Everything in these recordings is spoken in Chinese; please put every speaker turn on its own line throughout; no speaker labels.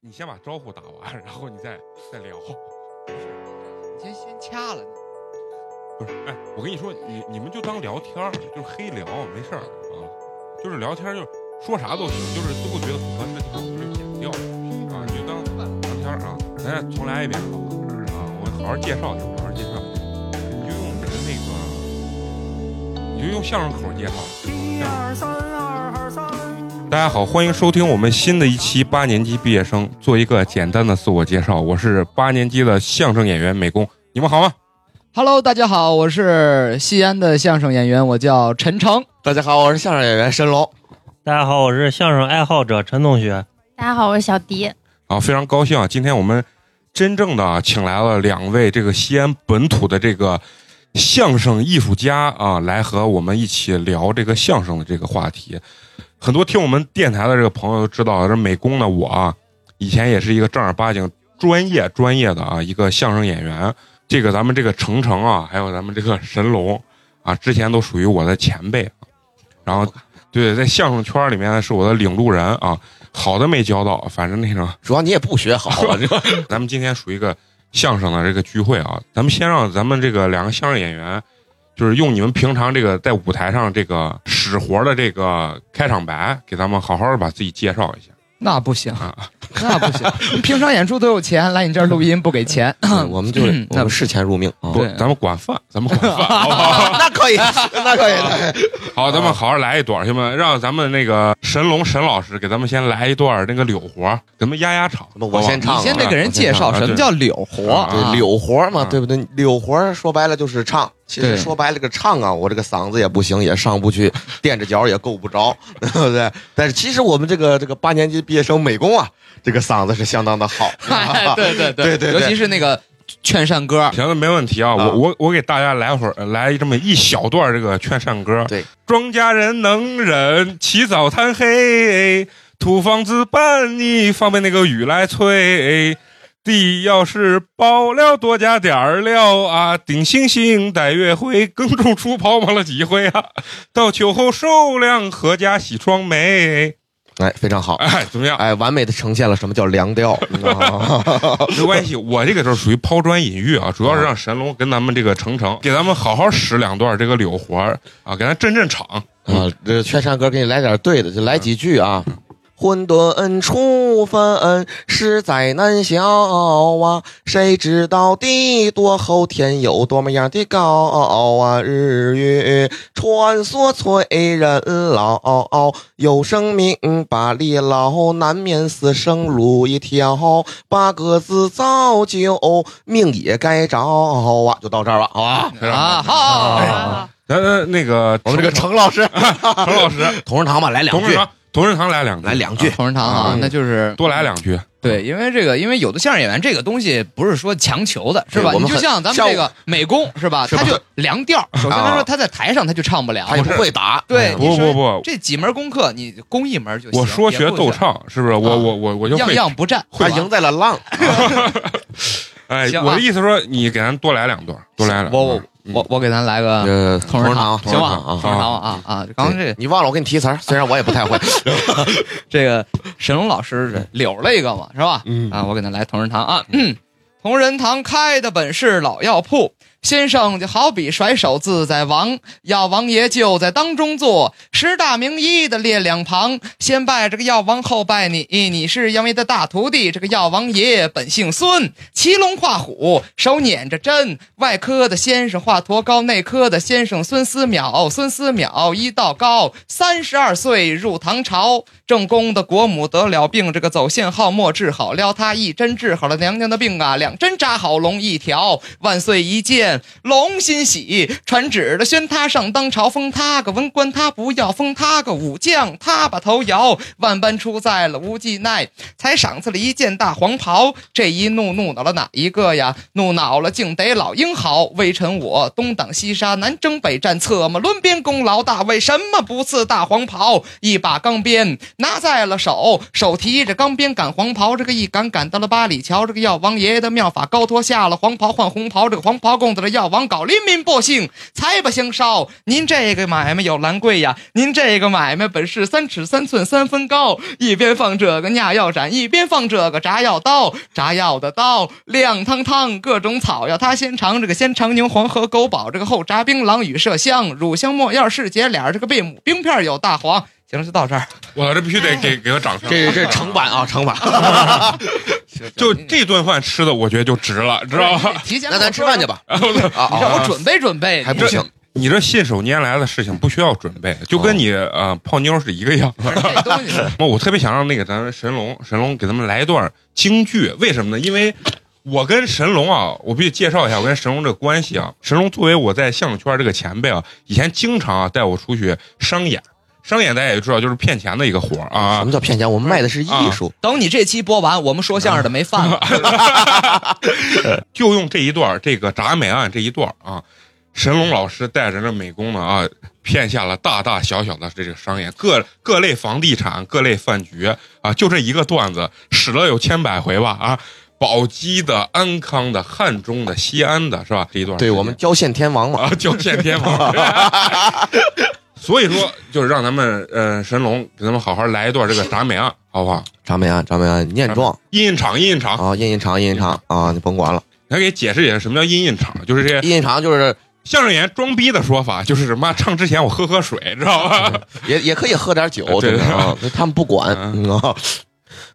你先把招呼打完，然后你再再聊。
你先先掐了，
不是，哎，我跟你说，你你们就当聊天儿，就是黑聊，没事儿啊，就是聊天儿，就是说啥都行，就是都觉得符合这条，就是剪掉啊，你就当聊天儿啊，咱俩重来一遍好吧？啊，我好好介绍你，好好介绍你，你就用我们的那个，你就用相声口介绍。一二三，二二三。大家好，欢迎收听我们新的一期八年级毕业生，做一个简单的自我介绍，我是八年级的相声演员美工，你们好吗？
Hello，大家好，我是西安的相声演员，我叫陈诚。
大家好，我是相声演员申龙。
大家好，我是相声爱好者陈同学。
大家好，我是小迪。
啊，非常高兴啊！今天我们真正的啊请来了两位这个西安本土的这个相声艺术家啊，来和我们一起聊这个相声的这个话题。很多听我们电台的这个朋友都知道，这美工呢，我啊以前也是一个正儿八经专业专业的啊一个相声演员。这个咱们这个程程啊，还有咱们这个神龙啊，之前都属于我的前辈啊。然后，对，在相声圈里面呢，是我的领路人啊。好的没交到，反正那种
主要你也不学好，我这
咱们今天属于一个相声的这个聚会啊，咱们先让咱们这个两个相声演员，就是用你们平常这个在舞台上这个使活的这个开场白，给咱们好好的把自己介绍一下。
那不行
啊，
那不行，你平常演出都有钱，来你这儿录音不给 钱。
我们就是我
那
们视钱如命啊。
嗯不
对，
咱们管饭，咱们管 饭，好不好？
哦那可以，那可以。
好，咱们好好来一段，行吗？让咱们那个神龙神老师给咱们先来一段那个柳活，咱们压压场。
那我先
好
唱
你
啊，
先得给人介绍什么叫柳活
啊
对柳活嘛，
啊
对不对？柳活说白了就是唱。其
对
实说白了，个唱啊，我这个嗓子也不行，也上不去，垫着脚也够不着， 对不对？但是其实我们这个这个八年级毕业生美工啊，这个嗓子是相当 的好。
哎 对对
对对
尤
对
其是那个劝善歌
吧，行，那没问题啊。
啊
我我我给大家来会儿，呃来这么一小段这个劝善歌。
对，
庄稼人能忍，起早贪黑，土方子伴你，方便那个雨来催。地要是薄了，多加点儿料啊！顶星星，带月辉，耕种出跑忙了几回啊！到秋后收量，阖家喜双眉。
哎，非常好，
哎，怎么样？
哎，完美的呈现了什么叫凉调，你知道吗？
没关系，我这个就是属于抛砖引玉啊，主要是让神龙跟咱们这个程程给咱们好好使两段这个柳活儿啊，给咱镇镇场。
啊，这劝善歌给你来点对的，就来几句啊。混沌初分，实在难消啊！谁知道地多厚，天有多么样的高啊！日月穿梭催人老，有生命把力劳，难免死生路一条。八个字造就命也该着啊！就到这儿吧，好吧？
是吧
啊，
哎
好，
咱咱那个
哎我们这个程老师，
程程老师，
同仁堂吧，来两
同仁
句，
堂，同仁堂来两句，
来两句
啊，
同仁堂啊
嗯，
那就是
多来两句。
对，因为这个，因为有的相声演员这个东西不是说强求的，是吧？
对
你
我们
就
很
像咱们
像
这个美工是吧？
是吧
他就凉调，首先他说
啊
他在台上他就唱不了
他，也不会哎打，
对，
不不
你说
不，
这几门功课你攻一门就行。
我说
也
学
够
逗
了，
唱是不是？
啊
我我我我就
样
会。
样不占，
他赢在了浪。
哎，
行啊
我的意思说，你给咱多来两段，多来两段。
我我我我给咱来个
呃，
同仁堂，
同
行
仁
吧
堂？啊，
同仁堂啊啊！刚刚这
对你忘了我给你提词儿，虽然我也不太会。
这个沈龙老师柳了一个嘛，是吧？
嗯
啊，我给他来同仁堂啊。嗯，同仁堂开的本是老药铺，先生就好比甩手自在王，药王爷就在当中坐，十大名医的列两旁，先拜这个药王，后拜你，你是药王爷的大徒弟，这个药王爷本姓孙，骑龙画虎，手捻着针，外科的先生华佗高，内科的先生孙思邈，孙思邈医道高，三十二岁入唐朝，正宫的国母得了病，这个走线号末治好，撩他一针治好了娘娘的病啊，两针扎好龙一条，万岁一见人龙欣喜，传旨的宣他上当朝，封他个文官，他不要封他个武将，他把头摇，万般出在了无忌奈，才赏赐了一件大黄袍。这一怒怒恼了哪一个呀？怒恼了竟得老英豪，微臣我东挡西杀，南征北战，策马抡鞭功劳大，为什么不赐大黄袍？一把钢鞭拿在了手，手提着钢鞭赶黄袍，这个一赶赶到了八里桥，这个药王爷爷的妙法高脱下了黄袍换红袍，这个黄袍供到了药王搞，黎民百姓财帛相烧。您这个买卖有兰贵呀，您这个买卖本是三尺三寸三分高，一边放这个压药盏，一边放这个炸药刀，炸药的刀亮堂堂，各种草药他先尝，这个先尝牛黄和狗宝，这个后炸槟榔与麝香，乳香没药是解俩，这个贝母冰片有大黄。行了，就到这儿。
我这必须得给给个掌声。
这这成版啊，成版。
就这顿饭吃的，我觉得就值了，知道吧？
提前
那咱吃饭去吧。 啊
你让我
啊，
准备准备，
还不行，
你这信手拈来的事情不需要准备，就跟你呃泡妞是一个样。
这东西
那我特别想让那个咱们神龙，神龙给咱们来一段京剧，为什么呢？因为我跟神龙啊，我必须介绍一下我跟神龙这个关系啊。神龙作为我在相声圈这个前辈啊，以前经常啊带我出去商演，商演大家也知道就是骗钱的一个活儿
什
啊
么。叫骗钱？我们卖的是艺术。
等你这期播完，我们说相声的没饭了。
就用这一段儿这个铡美案这一段儿啊，神龙老师带着这美工呢啊，骗下了大大小小的这个商业，各各类房地产、各类饭局啊，就这一个段子使了有千百回吧啊，宝鸡的、安康的、汉中的、西安的是吧？这一段
啊对
时间
我们交现天王嘛，
啊，叫骗天王。所以说，就是让咱们呃神龙给咱们好好来一段这个铡美案，好不好？
张美安，张美安，念状
印印场，印印场，
啊，印印长，印印长啊，你甭管 了，
来给解释解释什么叫印印场，就是这些
印印长就是
相声演员装逼的说法就是什么？唱之前我喝喝水，知道吧？
也也可以喝点酒，
对
对不对啊？他们不管
嗯
啊。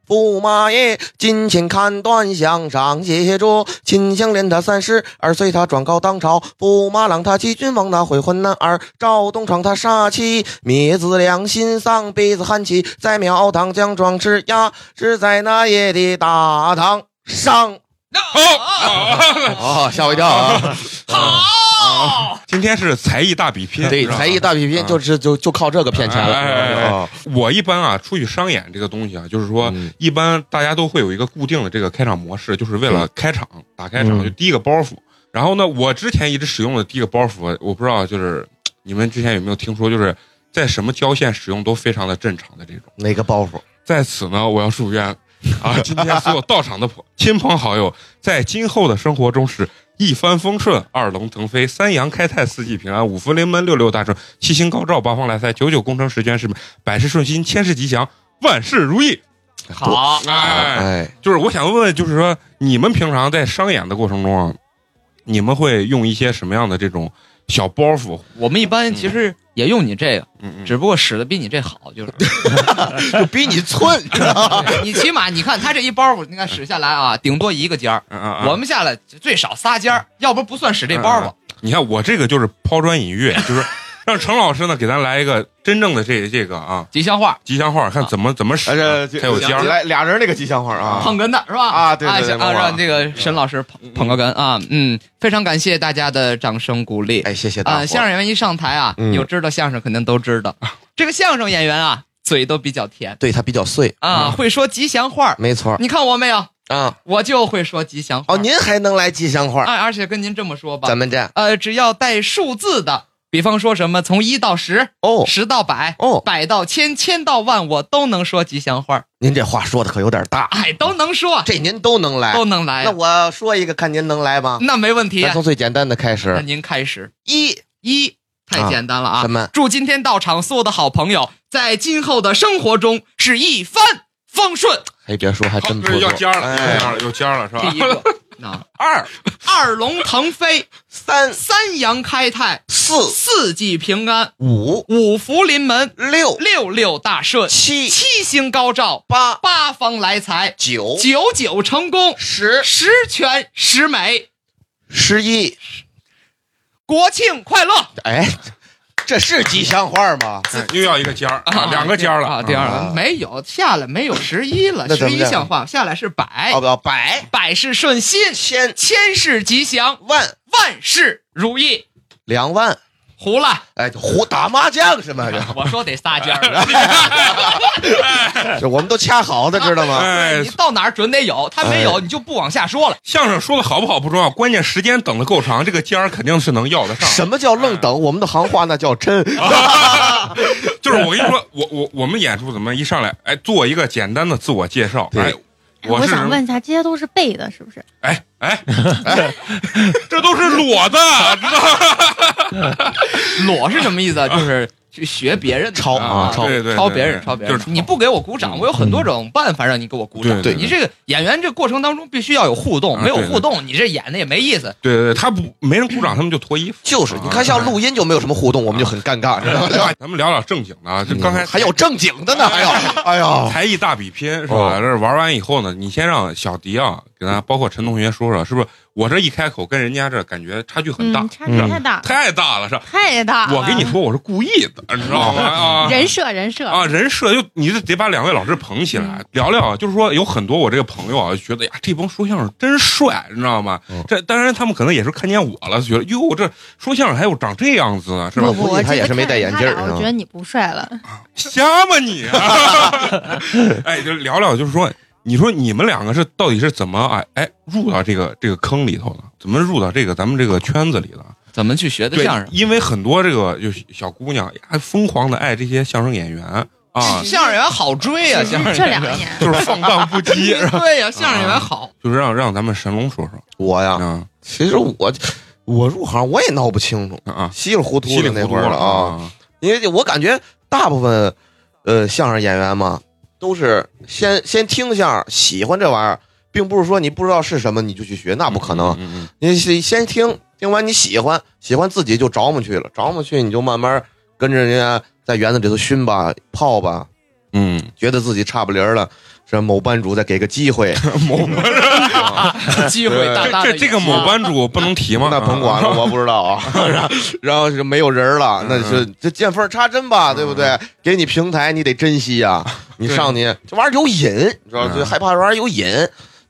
驸马爷金钱看断，项上接着秦香莲他三十二岁，他转告当朝；驸马郎他欺君王，他悔婚男儿；赵东床他杀妻灭子良心丧，鼻子憨起在庙堂将壮士压制在那夜的大堂上。
哦
哦，吓我一跳啊！
好，
今天是才艺大比拼，
对，
知道吧
才艺大比拼就是就就靠这个骗钱了。
哎哎哎
啊
我一般啊，出去商演这个东西啊，就是说，
嗯
一般大家都会有一个固定的这个开场模式，就是为了开场打开场，
嗯
就第一个包袱。然后呢，我之前一直使用的第一个包袱，我不知道就是你们之前有没有听说，就是在什么郊县使用都非常的正常的这种。
哪个包袱？
在此呢，我要祝愿 啊，今天所有到场的朋 亲朋好友，在今后的生活中是一帆风顺、二龙腾飞、三阳开泰、四季平安、五福临门、六六大顺、七星高照、八方来财、九九工程、十全十美、百事顺心、千事吉祥、万事如意。
好，
哎，
哎，
就是我想问问，就是说你们平常在商演的过程中啊，你们会用一些什么样的这种小包袱？
我们一般其实也用你这个，
嗯嗯，
只不过使的比你这好， 就是。
就比你寸，你知道吗
对你起码你看他这一包袱，你看使下来啊，顶多一个尖儿，
嗯嗯
啊
嗯
我们下来最少仨尖儿，要不不算使这包
嗯
袱。
你看我这个就是抛砖引玉，就是让程老师呢给咱来一个真正的这这个啊
吉祥话，
吉祥话，看怎么怎么使
哎，这
才啊有尖
这
儿。
来俩人那个吉祥话啊，
捧哏的是吧？
啊对对
哎
对
行
没
啊，
错
让这个沈老师捧
嗯
捧个哏啊，嗯，非常感谢大家的掌声鼓励。
哎，谢谢大
啊，
伙。
相声演员一上台啊，
嗯
有知道相声肯定都知 道，这个相声演员啊，嘴都比较甜
对他比较碎，嗯
啊，会说吉祥话儿。
没错
你看我没有，
啊。
我就会说吉祥话
嗯哦，
儿。
您还能来吉祥话？
哎，而且跟您这么说吧，
怎么着？
呃，只要带数字的，比方说什么从一到十、
哦
十到百、
哦，
百到千、千到万，我都能说吉祥话儿，
您这话说的可有点大，
哎，都能说，
哦这您都能来
都。嗯能来
那，我说一个，看您能来吗？
那没问题啊
咱。从最简单的开
那
始。
您开始。
一
一太
啊
简单了嗯啊！
什么
祝今天到场所有的好朋友，在今后的生活中是一帆风顺。
哎，别说，还真不
好哦要尖
错。
儿了，要尖儿
嗯
哎，
了，有尖儿了是
第
吧
一？个啊，二二龙腾飞，
三
三阳开泰，
四
四季平安，
五
五福临门，
六
六六大顺，
七
七星高照，
八
八方来财，
九
九九成功，
哦十
十全十美，
十一。
国庆快乐！
哎，这是吉祥话吗？
哎又要一个尖儿，啊两个尖儿
啊，
了。
第二个
啊
没有下来，没有十一了，
那怎
十
么
一
着
像话，下来是百
哦哦，不，百
百事顺心，
千
千事吉祥，
万
万事如意。
两万，
胡了，
哎，胡打麻将是吗？这
我说得仨尖儿，
这我们都掐好的，知道 吗？哎
哎
你，到哪儿准得有，他没有你就不往下说了。
相声说的好不好不重要，关键时间等的够长，这个尖儿肯定是能要得上。
什么叫愣
嗯
等？我们的行话那 叫真。
就是我跟你说， 我我我们演出怎么一上来，哎，做一个简单的自我介绍，
对
哎，我
我
是
想问一下，这些都是背的，是不是？
哎哎哎，这都是裸的， 知道吗？
裸是什么意思啊？就是去学别人的
抄啊抄
对对，
抄
对
别人，
对
抄别
就
人
是。抄
你不给我鼓掌，我有很多种办法让你给我鼓掌。
对对
你这个演员这过程当中必须要有互动，
啊
没有
对对
互动，你这演的也没意思。
对对对，他不没人鼓掌，他们就脱衣服。
就是，你看像录音就没有什么互动，我们就很尴尬，知道吗？
咱们聊聊正经的啊，就 刚才
嗯还有正经的呢，还有，哎呀，
才艺大比拼是吧？
哦
这玩完以后呢，你先让小迪啊，给大家包括陈同学说说，是不是？我这一开口跟人家这感觉差距很大，
嗯，差距太大，
太大了，是吧？
太大了。
我跟你，说，我是故意的，你知道吗？
嗯
啊，
人设人设
啊，人设就你就得把两位老师捧起
嗯
来，聊聊啊。就是说，有很多我这个朋友啊，觉得呀，这帮说相声真帅，你知道吗？
嗯
这当然他们可能也是看见我了，觉得哟，这说相声还有长这样子啊呢，是吧
不？不，
估
我
计他
这
也
个
是没戴眼镜儿
看着他
是
俩
吧
我觉得你不帅了。
瞎吗你、啊 哎，就聊聊，就是说，你说你们两个是到底是怎么哎哎入到这个这个坑里头的？怎么入到这个咱们这个圈子里的？
怎么去学的
对
相，声？
因为很多这个就是小姑娘还疯狂的爱这些相声演员啊，
相声演员好追啊，
其实
相声
这
演
两
员。
年，
就是放荡不 羁，是吧
对呀，相声演员 好。
就是让让咱们神龙说说
我呀，
啊
其实我我入行我也闹不清楚，
啊，
稀里糊
稀
涂
里
的
糊
那
涂
会儿
了
了啊，！因为我感觉大部分呃相声演员嘛，都是先先听相声，喜欢这玩意儿，并不是说你不知道是什么你就去学，那不可能。
嗯嗯
你先先听，听完你喜欢，喜欢自己就着魔去了，着魔去你就慢慢跟着人家在园子里头熏吧、泡吧，
嗯，
觉得自己差不离儿了，这某班主再给个机 会，
某班
啊
机会大大的
这这个某班主不能提吗？
那甭管了，我不知 道啊。然后然后就没有人
嗯
了，那就这见缝插针吧，对不对？给你平台，你得珍惜呀。你上去这玩意儿有瘾，你知道
嗯
最害怕这玩意儿有瘾。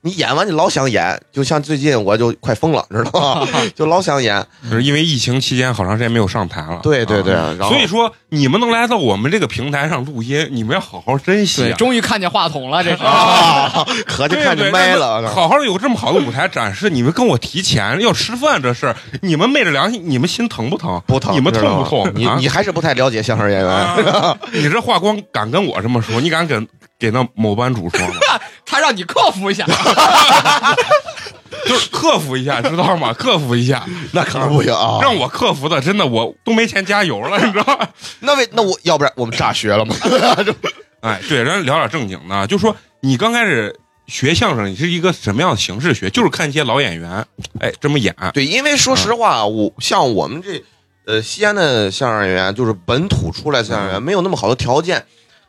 你演完你老想演，就像最近我就快疯了，知 道吗？就老想演。
就是因为疫情期间好长时间没有上台了，
对对对，
啊
然后
所以说你们能来到我们这个平台上录音，你们要好好珍惜
对，
啊。
终于看见话筒了，这是。
啊， 合计
对
看
对
着麦
那
了。啊
好好有这么好的舞台展示，你们跟我提前要吃饭这事儿，你们昧着良心，你们心疼不 疼？
不疼，
你们
知
痛
道
不
吗
痛？
你
啊
你还是不太了解相声演员，
啊你这话光敢跟我这么说，你敢给给那某班主 说吗？
他让你克服一下，
就是克服一下，知道吗？克服一下，
那可能不行啊。
让我克服的，真的我都没钱加油了，你知道吗？
那为那我要不然我们炸学了吗？
哎，对，咱聊点正经的，啊就说你刚开始学相声，你是一个什么样的形式学？就是看一些老演员，哎，这么演，
对，因为说实话，啊我像我们这呃西安的相声演员，啊就是本土出来的相声演员，没有那么好的条件。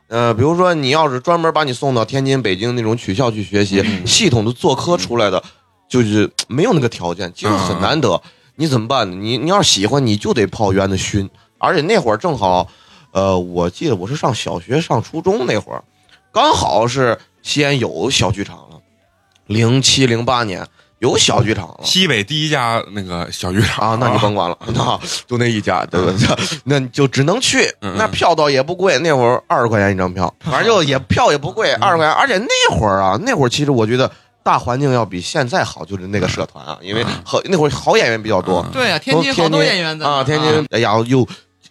呃，比如说你要是专门把你送到天津、北京那种曲校去学习，系统的做科出来的，就是没有那个条件，其实很难得。你怎么办呢？你你要是喜欢，你就得泡园子熏。而且那会儿正好，呃，我记得我是上小学、上初中那会儿，刚好是西安有小剧场了，零七零八年有小剧场了。
西北第一家那个小剧场嗯
啊，那 你甭管了， 那就那一家，对不对？那你就只能去，
嗯嗯
那票倒也不贵，那会儿二十块钱一张票，反正就也票也不贵，二十块钱。而且那会儿啊，那会儿其实我觉得大环境要比现在好，就是那个社团啊，
嗯
因为好那会儿好演员比较多
对呀，天津好多演员在
啊，天津，哎呀，有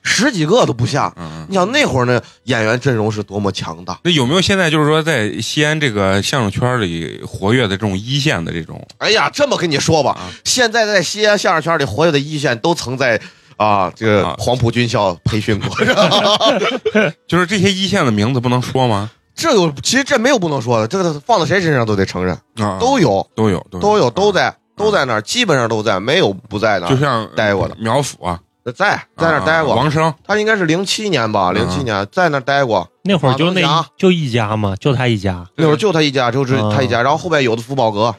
十几个都不下。
嗯，
你想那会儿呢，演员阵容是多么强大！
那有没有现在就是说在西安这个相声圈里活跃的这种一线的这种
哎呀，这么跟你说吧
啊，
现在在西安相声圈里活跃的一线，都曾在啊这
啊
个黄埔军校培训过。
就是这些一线的名字不能说吗？
这有，其实这没有不能说的，这个放到谁身上都得承认，
啊，
都有，
都有
都有，都
在，
在，都在那儿，基本上都在，没有不在的。
就像
待过的
苗阜啊，
在在那儿待
啊
过，
王声
他应该是零七年吧，
嗯
零七年在那儿待过，
那会儿就那
马东霞
就一家嘛，就他一家。
那会儿就他一家，就是他一家，
嗯
然后后边有的福宝阁，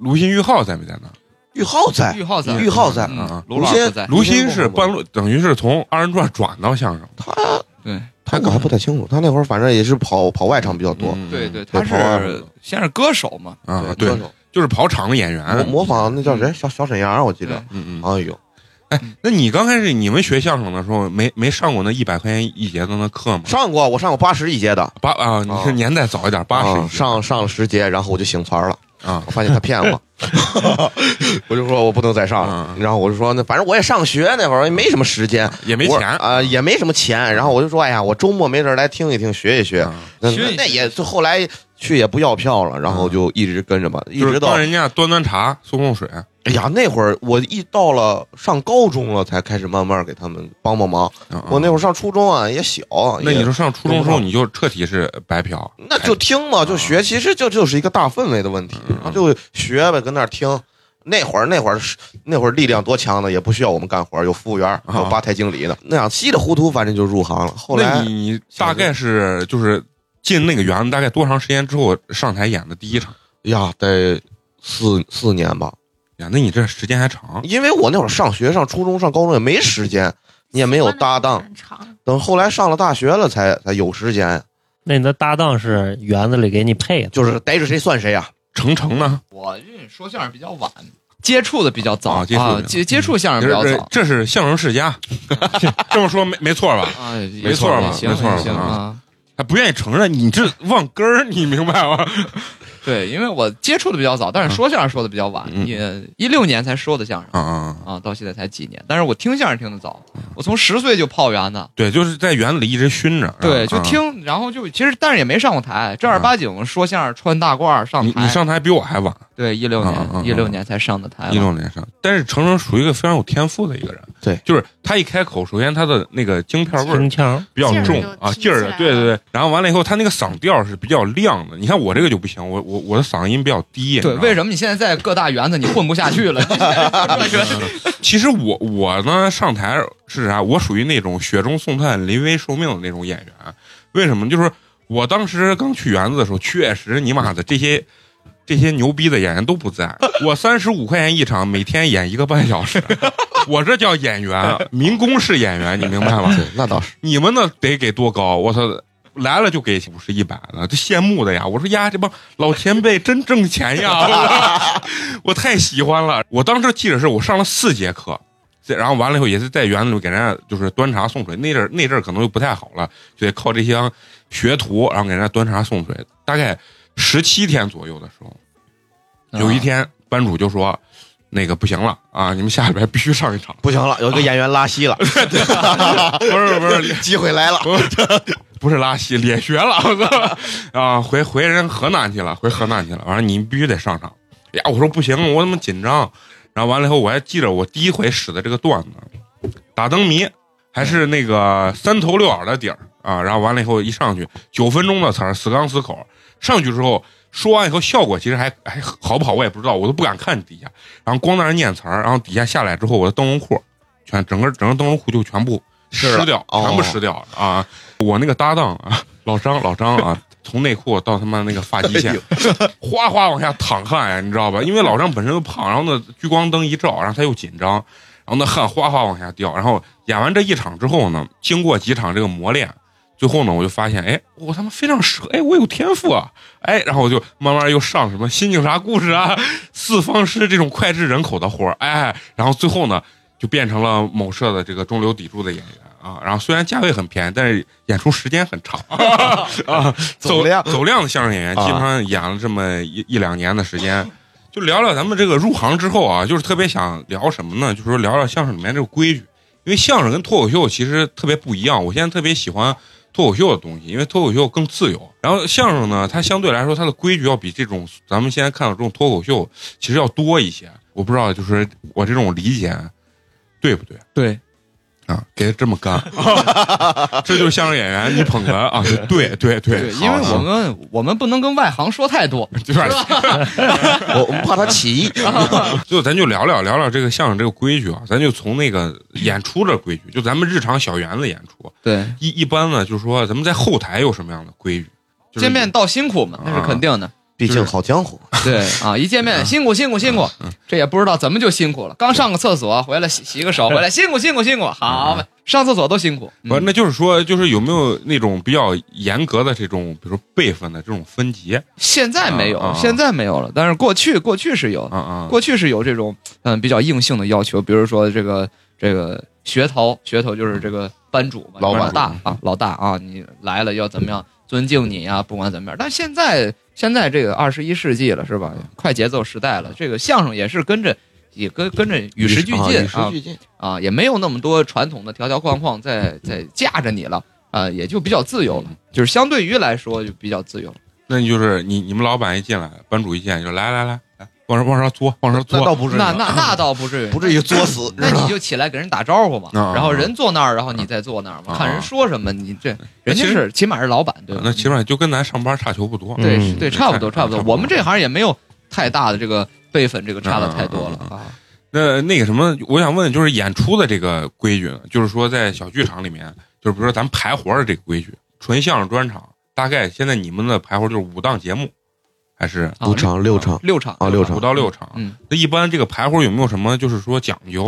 卢鑫、玉浩在没在那儿？
玉浩在，
玉浩在，
玉啊浩在，
嗯
嗯，
卢老师在，
卢鑫是半路，等于是从二人转转到相声，
他
对
他我还不太清楚，他那会儿反正也是跑跑外场比较多，
嗯
对对，他
对跑外
是先是歌手嘛，
啊，
歌
对，
手
就是跑场的演员。
模模仿那叫谁？小小沈阳，啊我记得。
嗯嗯。
哎呦，
那你刚开始你们学相声的时候，没没上过那一百块钱一节的那课吗？
上过，我上过八十一节的，
八啊，你是 年代早一点，八十
啊
一节
上上了十节，然后我就醒团了。
啊
我发现他骗 我，我就说我不能再上了。
嗯
然后我就说，那反正我也上学那会儿，也没什么时间，
也没
我
钱
啊、也没什么钱。然后我就说，哎呀，我周末没事儿来听一听，学一学。
啊
那
学一
那也就后来去也不要票了，然后就一直跟着吧，一
嗯就
直
是
到
帮人家端端茶、送送水。啊
哎呀那会儿我一到了上高中了，才开始慢慢给他们帮帮忙。我那
会
会儿上初中啊也小，
啊那你
也
说上初中的时候你就彻底是白嫖，
那就听嘛，就学，其实就就是一个大氛围的问题
啊嗯，
就学呗，跟那儿听。那会儿那会儿是那会儿力量多强呢，也不需要我们干活，有服务员，有吧台经理的，那样稀里糊涂，反正就入行了。后
啊那
来
你大概是就是进那个园子大概多长时间之后上台演的第一场？
呀，得四四年吧，
呀，那你这时间还长，
因为我那会儿上学、上初中、上高中也没时间，你也没有搭档。
很长，
等后来上了大学了才，才有时间，
那你的搭档是园子里给你配的，
就是逮着谁算谁啊。
程程呢？
我认识说相声比较晚，接触的比较早
啊接触的
接接触相声比较
这
早。
这是相声世家， 这么说没没错吧？
啊，
没错吧
也行
没错吧
也行
啊
啊，
他不愿意承认，你这忘根儿，你明白吗？
对，因为我接触的比较早，但是说相声说的比较晚，
嗯
也一六年才说的相声
啊啊！啊
啊，到现在才几年。但是我听相声听的早，我从十岁就泡园子，
对，就是在园子里一直熏着，
对，
啊
就。
啊
听，然后就其实但是也没上过台，正儿八经说相声穿大褂儿上
你
台。
你上台比我还晚，
对一六
嗯嗯嗯
年一六年才上的台嘛，
一六年上，但是程程属于一个非常有天赋的一个人。
对
就是他一开口，首先他的那个京片味儿
胸腔
比较重
劲儿就
啊，
提
劲儿
起来，了
对对对。然后完了以后，他那个嗓调是比较亮的。你看我这个就不行，我我我的嗓音比较低。
对，为
么？
什么你现在在各大园子你混不下 去了？ 你现在就这个
其实我我呢上台是啥？我属于那种雪中送炭、临危受命的那种演员。为什么？就是我当时刚去园子的时候，确实你妈的这些这些牛逼的演员都不在。我三十五块钱一场，每天演一个半小时，我这叫演员，民工是演员，你明白吗？
对，那倒是。
你们呢得给多高？我操！来了就给五十一百的，这羡慕的呀！我说呀，这帮老前辈真挣钱呀， 我太喜欢了。我当时记得是我上了四节课，这然后完了以后也是在园子里给人家就是端茶送水。那阵儿那阵儿可能就不太好了，就得靠这些学徒，然后给人家端茶送水。大概十七天左右的时候，
啊
有一天班主就说：“那个不行了啊，你们下礼拜必须上一场。
不行了，有一个演员拉 稀了，”
不是不是，
机会来 了。
不是不是拉稀，脸学了， 我操！啊，回回人河南去了，回河南去了。完了，你必须得上场。哎呀，我说不行，我他妈紧张。然后完了以后，我还记着我第一回使的这个段子，打灯谜，还是那个三头六耳的底儿啊。然后完了以后一上去，九分钟的词儿，死刚死口。上去之后说完以后，效果其实还还好不好，我也不知道，我都不敢看底下。然后光在那念词儿，然后底下下来之后，我的灯笼裤全整个整个灯笼裤就全部
湿了
湿掉，
哦
全部湿掉了啊！我那个搭档啊，老张老张啊， 从内裤到他妈那个发际线， 哗哗往下淌汗呀，你知道吧？因为老张本身就胖，然后呢聚光灯一照，然后他又紧张，然后那汗哗哗往下掉。然后演完这一场之后呢，经过几场这个磨练，最后呢我就发现，哎，我他妈非常适合，哎，我有天赋啊，哎，然后我就慢慢又上什么新警察故事啊、四方师这种脍炙人口的活儿，哎，然后最后呢就变成了某社的这个中流砥柱的演员。啊，然后虽然价位很便宜，但是演出时间很长 啊，
走量
嗯
走量的相声演员，
啊
基本上演了这么一一两年的时间，就聊聊咱们这个入行之后啊，就是特别想聊什么呢？就是说聊聊相声里面这个规矩，因为相声跟脱口秀其实特别不一样。我现在特别喜欢脱口秀的东西，因为脱口秀更自由。然后相声呢，它相对来说它的规矩要比这种咱们现在看到这种脱口秀其实要多一些。我不知道，就是我这种理解对不对
对，
啊？给的这么干， 这就是相声演员你捧哏啊？就对对对啊
对，因为我们我们不能跟外行说太多，
有点
我我们怕他起义。
就咱就聊聊聊聊这个相声这个规矩啊，咱就从那个演出的规矩，就咱们日常小园子演出，
对，
一一般呢，就是说咱们在后台有什么样的规矩？就是、啊
见面道辛苦嘛，那是肯 定的。
毕竟好江湖，
对啊，一见面辛苦辛苦辛
啊
苦， 这也不知道怎么就辛苦了。刚上个厕所回来洗洗个手，回来辛苦辛苦辛苦，好嘛，上厕所都辛苦。
嗯
嗯
不、那就是说，就是有没有那种比较严格的这种，比如说辈分的这种分级？
现在没有，
啊啊啊
现在没有了，但是过去过去是有的，
啊啊，
过去是有这种嗯比较硬性的要求，比如说这个这个学头，学头就是这个班主嘛，
老板
大啊，老大啊，你来了要怎 么样尊敬你呀、不管怎么样。但现在现在这个二十一世纪了，是吧？快节奏时代了，这个相声也是跟着也跟跟着与时俱进
嗯与时
啊
俱进。
啊，也没有那么多传统的条条框框在在架着你了啊，也就比较自由了，
嗯
就是相对于来说就比较自由了。
那你就是你你们老板一进来，班主一进来就来来来来，往上往上坐，往上
那
坐。
倒不至于，啊
那那那倒不至于，
不至 于作死，
那
知道
你
吧
就起来给人打招呼嘛，
啊
然后人坐那儿，然后你再坐那儿嘛，
啊
看人说什么，你这
那
人
其
家
实啊
是起码是老板对吧？嗯
那起码就跟咱上班差球不多。哎
对
嗯
是对，差不多
差
差
不
不
多
多，我们这行也没有太大的这个辈分，这个差的太多了
嗯嗯
啊。
那那个什么，我想问，就是演出的这个规矩，就是说在小剧场里面，就是比如说咱们排活的这个规矩，纯相声专场，大概现在你们的排活就是五档节目，还是
啊
五场六场，
六场
啊六场
五到六场？
嗯，
那一般这个排活有没有什么就是说讲究？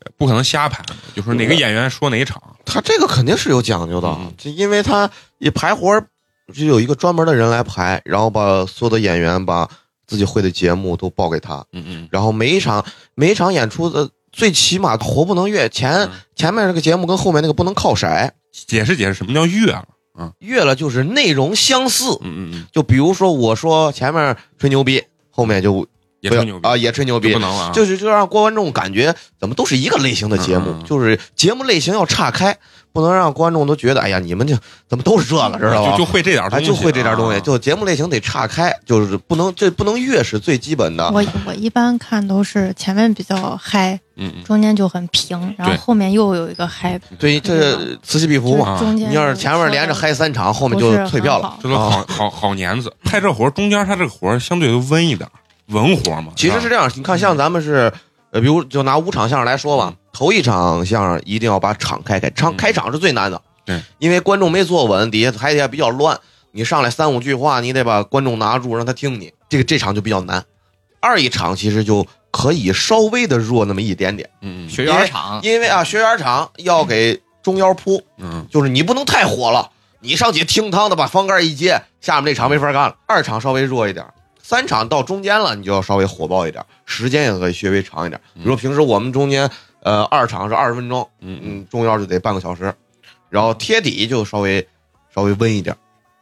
呃不可能瞎排，就是哪个演员说哪场。
他这个肯定是有讲究的
嗯，
就因为他一排活儿就有一个专门的人来排，然后把所有的演员把自己会的节目都报给他，
嗯嗯
然后每一场每一场演出的最起码活不能越前
嗯，
前面那个节目跟后面那个不能靠色，
解释解释什么叫越了。
越了就是内容相似，
嗯嗯嗯，
就比如说我说前面吹牛逼，后面就
也
不要
吹牛逼
啊也吹牛
就
逼
不。能了啊。
就是就让观众感觉怎么都是一个类型的节目，
嗯嗯嗯
就是节目类型要岔开，不能让观众都觉得哎呀你们就怎么都是这个，知道吧？
就就会这点儿东
哎，
西，
就会这点东西，
啊
就节目类型得岔开，就是不能这不能越是最基本的。
我我一般看都是前面比较嗨，
嗯嗯
中间就很平，然后后面又有一个嗨，
对，这此起彼
哦就
伏
是
嘛。
啊
中间
你要是前面连着嗨三场，后
不
面
是很好，
就退票了。
这都好好好年子，派这活儿中间他这个活儿相对都温一点儿，文活儿嘛。
其实是
吧
这样，你看像咱们是，呃，比如就拿五场相声来说吧，头一场相声一定要把场开开，场
嗯
开场是最难的，
对，
因为观众没坐稳，底下台底下比较乱，你上来三五句话，你得把观众拿住，让他听你，这个这场就比较难。二一场其实就可以稍微的弱那么一点点，
嗯
学员场
因为啊，学员场要给中腰铺，
嗯
就是你不能太火了，你上去听汤的把方盖一揭，下面那场没法干了。二场稍微弱一点，三场到中间了，你就要稍微火爆一点，时间也可以稍微长一点。比如说平时我们中间，呃，二场是二十分钟，
嗯嗯
嗯，中腰就得半个小时，然后贴底就稍微稍微温一点，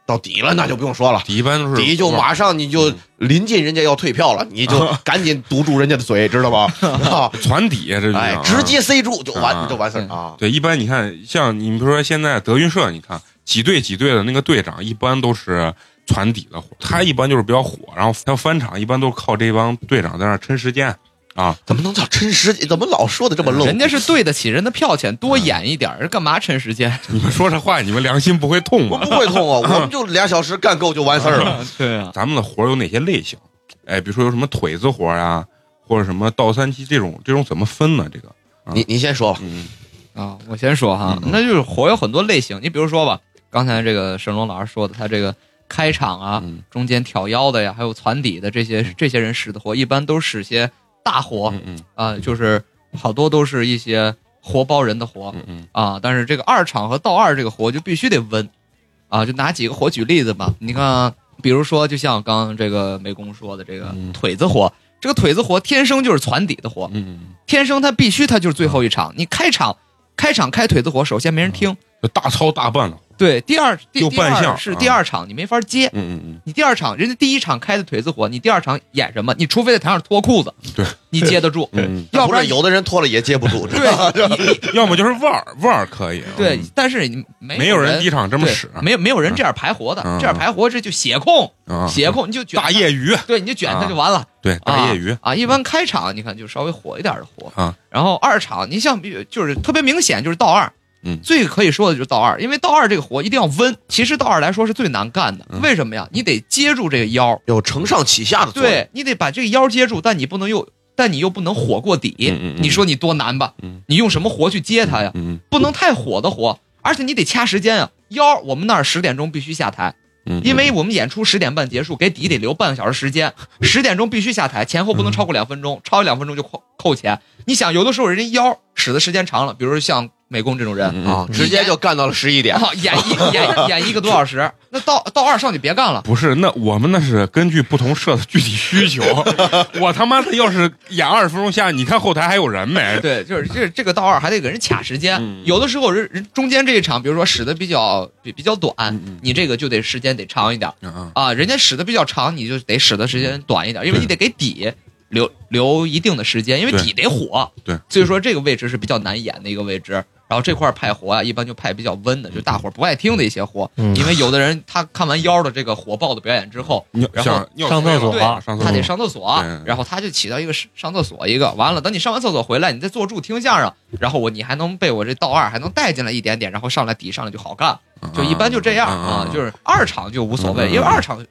到底了那就不用说了。
底一般都是
底就马上你就
嗯
临近人家要退票了，你就 赶紧堵住人家的嘴，知道吧？啊
传底，这就叫
哎，
啊
直接塞住就
啊
完就完事儿啊。
对。一般你看，像你比如说现在德云社，你看几队几队的那个队长，一般都是传底的活儿，他一般就是比较火，然后他翻场一般都靠这帮队长在那儿抻时间啊。
怎么能叫真实？怎么老说的这么露骨？
人家是对得起人的票钱，多演一点儿，干嘛趁时间？
你们说这话，你们良心不会痛
我
吗
不？会痛啊，我们就俩小时干够就完事儿了。
对啊，
咱们的活儿有哪些类型？哎，比如说有什么腿子活儿啊，或者什么倒三七这种，这种怎么分呢？这个，
你你先说吧，
嗯，
啊，我先说哈，
嗯
那就是火有很多类型，你比如说吧，刚才这个沈龙老师说的，他这个开场啊，
嗯
中间挑腰的呀，还有攒底的这些这些人使的活，一般都使些大活
嗯嗯
啊、就是好多都是一些活包人的活
嗯嗯
啊。但是这个二场和道二这个活就必须得温啊，就拿几个活举例子吧。你看，比如说，就像刚刚这个美工说的这个
嗯
腿子活，这个腿子活天生就是攒底的活，
嗯，
天生他必须他就是最后一场。你开场，开场开腿子活，首先没人听。
就大操大办了。
对，第二
嗯
第
又嗯
第
扮相
二是第二场，你没法接。
嗯嗯
你第二场人家第一场开的腿子活，你第二场演什么？你除非在台上脱裤子，
对，
你接得住，
嗯
要不然
是有的人脱了也接不 住，知道吧
对 你你
嗯，要么就是腕儿，腕儿可以。
对
嗯，
但是你没
没有人第一场这
这
么使啊
没有没有人这样排活的
嗯，
这样排活这就血控，
啊，
血控你就卷
大业余，
对，你就卷
啊
他就完了。
对
啊
大业余，
啊，一般开场你看就稍微火一点的火
啊，
然后二场你像比就是特别明显就是道二，
嗯
最可以说的就是道二，因为道二这个活一定要温，其实道二来说是最难干的，
嗯
为什么呀？你得接住这个腰，
有承上启下的作用。
对你得把这个腰接住，但你不能又但你又不能火过底，
嗯嗯嗯
你说你多难吧？
嗯
你用什么活去接他呀？
嗯
不能太火的活，而且你得掐时间啊。腰，我们那儿十点钟必须下台，
嗯，
因为我们演出十点半结束，给底得留半个小时时 间。十点钟必须下台，前后
嗯
不能超过两分钟，超过两分钟就扣扣钱。你想，有的时候人家腰使的时间长了，比如像美工这种人。
嗯
啊，直接就干到了十一点
然。后演一 演演一个多小时，那到到二上就别干了。
不是，那我们那是根据不同社的具体需 求。我他妈的要是演二十分钟下，你看后台还有人没？
对，就是这这个到二还得给人卡时间，
嗯
有的时候人人中间这一场，比如说使的比较比比较短，
嗯
你这个就得时间得长一点
嗯嗯
啊。人家使的比较长，你就得使的时间短一点，因为
对
你得给底留留一定的时间，因为
对
底得火。
对，
所以说这个位置是比较难演的一个位置。然后这块派活啊，一般就派比较温的，就大伙儿不爱听的一些活，
嗯
因为有的人他看完妖的这个火爆的表演之后，
你
然后
想尿
上厕所
对上厕所
啊他得上厕所
嗯对，
然后他就起到一个上上厕所一个，完了，等你上完厕所回来，你再坐住听相声，然后我你还能被我这道二还能带进来一点点，然后上来底上来就好干，
嗯
就一般就这样啊，就是二场就无所谓，
嗯嗯嗯
因为二场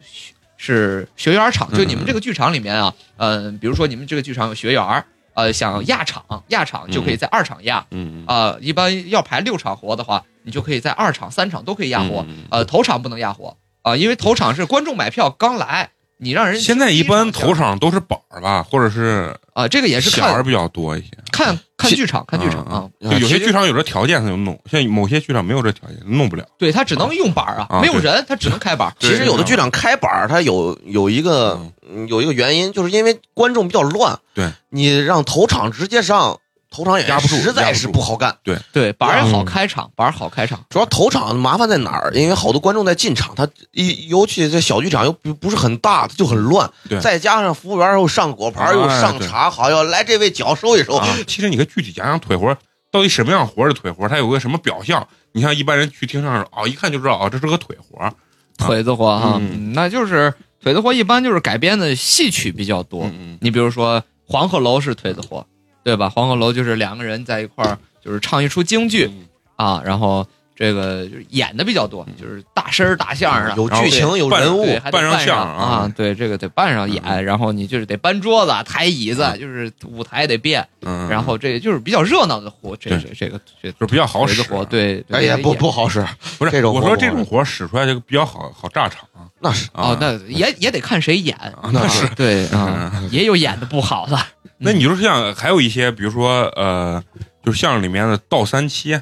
是学员场，
嗯
就你们这个剧场里面啊，嗯，比如说你们这个剧场有学员儿，呃，想压场，压场就可以在二场压，
嗯嗯
啊，一般要排六场活的话，你就可以在二场、三场都可以压活，
嗯
呃，头场不能压活啊，因为头场是观众买票刚来。你让人
嗯现在一般
头场。
头场都是板儿吧，或者是
啊，这个也是
小儿
看
比较多一些。
看看剧场，看剧场啊
嗯，就有些剧场有这条件，他就弄；像某些剧场没有这条件，弄不了。
对他只能用板儿啊，
啊
没有人他只能开板儿。
其实有的剧场开板儿，它有有一个
啊
嗯有一个原因，就是因为观众比较乱。
对，
你让头场直接上，头场也
压不住
实在是不好干。
对，板儿也好
嗯
开场，板儿好开
啊
场。
主要头场麻烦在哪儿？因为好多观众在进场，他一尤其这小剧场又不不是很大，他就很乱
对。
再加上服务员又上果盘，
哎
又上茶，好要来这位脚收一收。
哦
啊，其实你可以具体讲讲腿活到底什么样活是腿活，它有个什么表象。你像一般人去听相声，哦，一看就知道，哦，这是个腿活。
腿子活哈，
嗯
嗯那就是腿子活，一般就是改编的戏曲比较多。
嗯
你比如说《黄鹤楼》是腿子活，对吧？《黄鹤楼》就是两个人在一块儿，就是唱一出京剧
嗯
啊，然后这个就是演的比较多，就是大声儿大相儿啊，
有
然后
剧情，有
半
人物
对，，还得
扮上相
上
啊
啊，对，这个得扮上演，
嗯
然后你就是得搬桌子、抬椅子，就是舞台得变，
嗯，
然后这就是比较热闹的活，这这这个这
就比较好
锤子
使。
活，对，对
哎呀，不
也
不好使，
不是
这种活
我
不
说
好
这种活使出来就比较好好炸场啊
那是
啊哦，那也也得看谁演，
那是 嗯
对啊，也有演的不好的，
那你就是像还有一些，比如说呃，就是相声里面的倒三切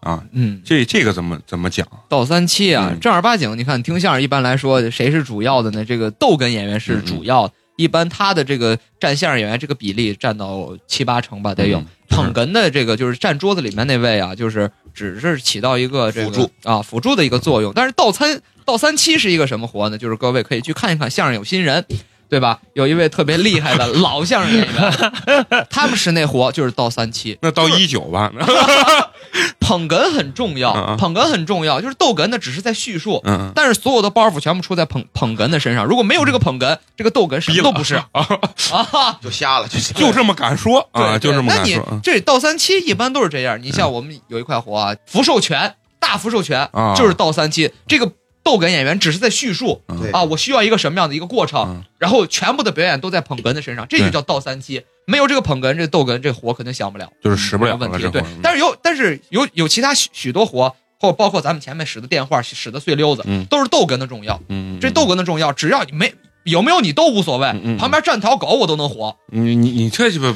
啊，
嗯，
这这个怎么怎么讲？
倒三七啊
嗯，
正儿八经，你看听相声一般来说谁是主要的呢？这个逗哏演员是
嗯
主要的，一般他的这个占相声演员这个比例占到七八成吧，得有。
嗯
捧哏的这个就是站桌子里面那位啊，就是只是起到一个这个
辅助
啊辅助的一个作用。但是倒三倒三七是一个什么活呢？就是各位可以去看一看《相声有新人》，对吧？有一位特别 厉害的老相声演员，他们是那活就是倒三七。
那到一九吧，那
捧哏很重
嗯
要，
嗯
捧哏很重要，就是逗哏的只是在叙述。
嗯，
但是所有的包袱全部出在捧捧哏的身上，如果没有这个捧哏，这个逗哏什么都不是
啊，
啊。
就瞎了，就瞎 了
就这么敢说啊，
对，
就
对
这么
那
敢
你
说嗯
这倒三七一般都是这样。你像我们有一块活啊，福寿全大福寿全
啊
就是倒三七，这个逗哏演员只是在叙述
嗯
对
啊，我需要一个什么样的一个过程
嗯，
然后全部的表演都在捧哏的身上，这就
对
叫倒三七。没有这个捧哏，这逗哏这活肯定想不了，
就是使不了
没有问
了
题。
这
对
活儿，
但是有但是有有其他许许多活，或包括咱们前面使的电话、使的碎溜子
嗯，
都是逗哏的重要。
嗯，
这逗哏的重要，只要你没有没有你都无所谓
嗯，嗯嗯
旁边站条狗我都能活。
你你你 这鸡巴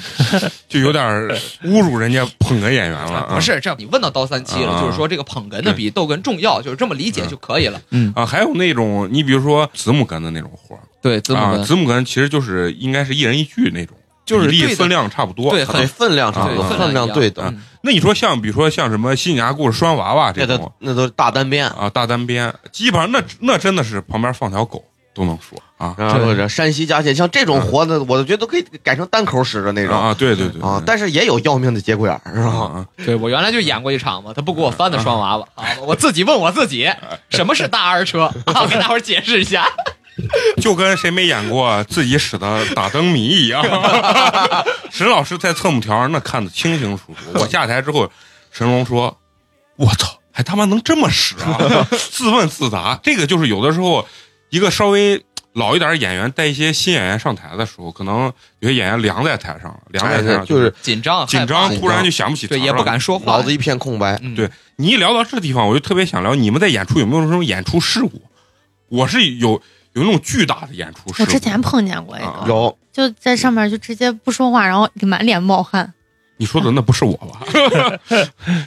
就有点儿侮辱人家捧哏演员了啊，
不是这样，你问到刀三七了，
啊
就是说这个捧哏的比逗哏重要，就是这么理解就可以了。
啊，还有那种你比如说子母哏的那种活儿
对，字
啊，子母哏其实就是应该是一人一句那种，
就是
比例
对的
分量差不多。
对
对
很
分量差不多，
对
分量
分量
一样
对等。
嗯
那你说像比如说像什么新娘故事拴娃娃这
那
种
都那都是大单边，
啊，大单边，基本上那那真的是旁边放条狗都能说啊
然后这山西佳线，像这种活呢，我觉得都可以改成单口使的那种
啊，对对对
啊，但是也有要命的节骨眼儿，是吧？
啊
对我原来就演过一场嘛，他不给我翻的 双娃娃啊，我自己问我自己什么是大二车，啊我跟大伙儿解释一下。
就跟谁没演过自己使的打灯谜一 样。沈老师在侧幕条上那看得清清楚楚。我下台之后，神龙说：“我操，还他妈能这么使啊！” 自问自答，这个就是有的时候一个稍微。老一点的演员带一些新演员上台的时候，可能有些演员凉在台上了，凉在台
哎
上
就是
紧 张，
紧
害
张，
怕
突然就想不起词儿
对
了
也不敢说话
脑。子一片空白。
嗯
对你一聊到这地方，我就特别想聊你们在演出有没有这种演出事故？我是有有那种巨大的演出事故。
我之前碰见过一
啊
个，
有
就在上面就直接不说话，然后满脸冒汗，
你说的那不是我 吧？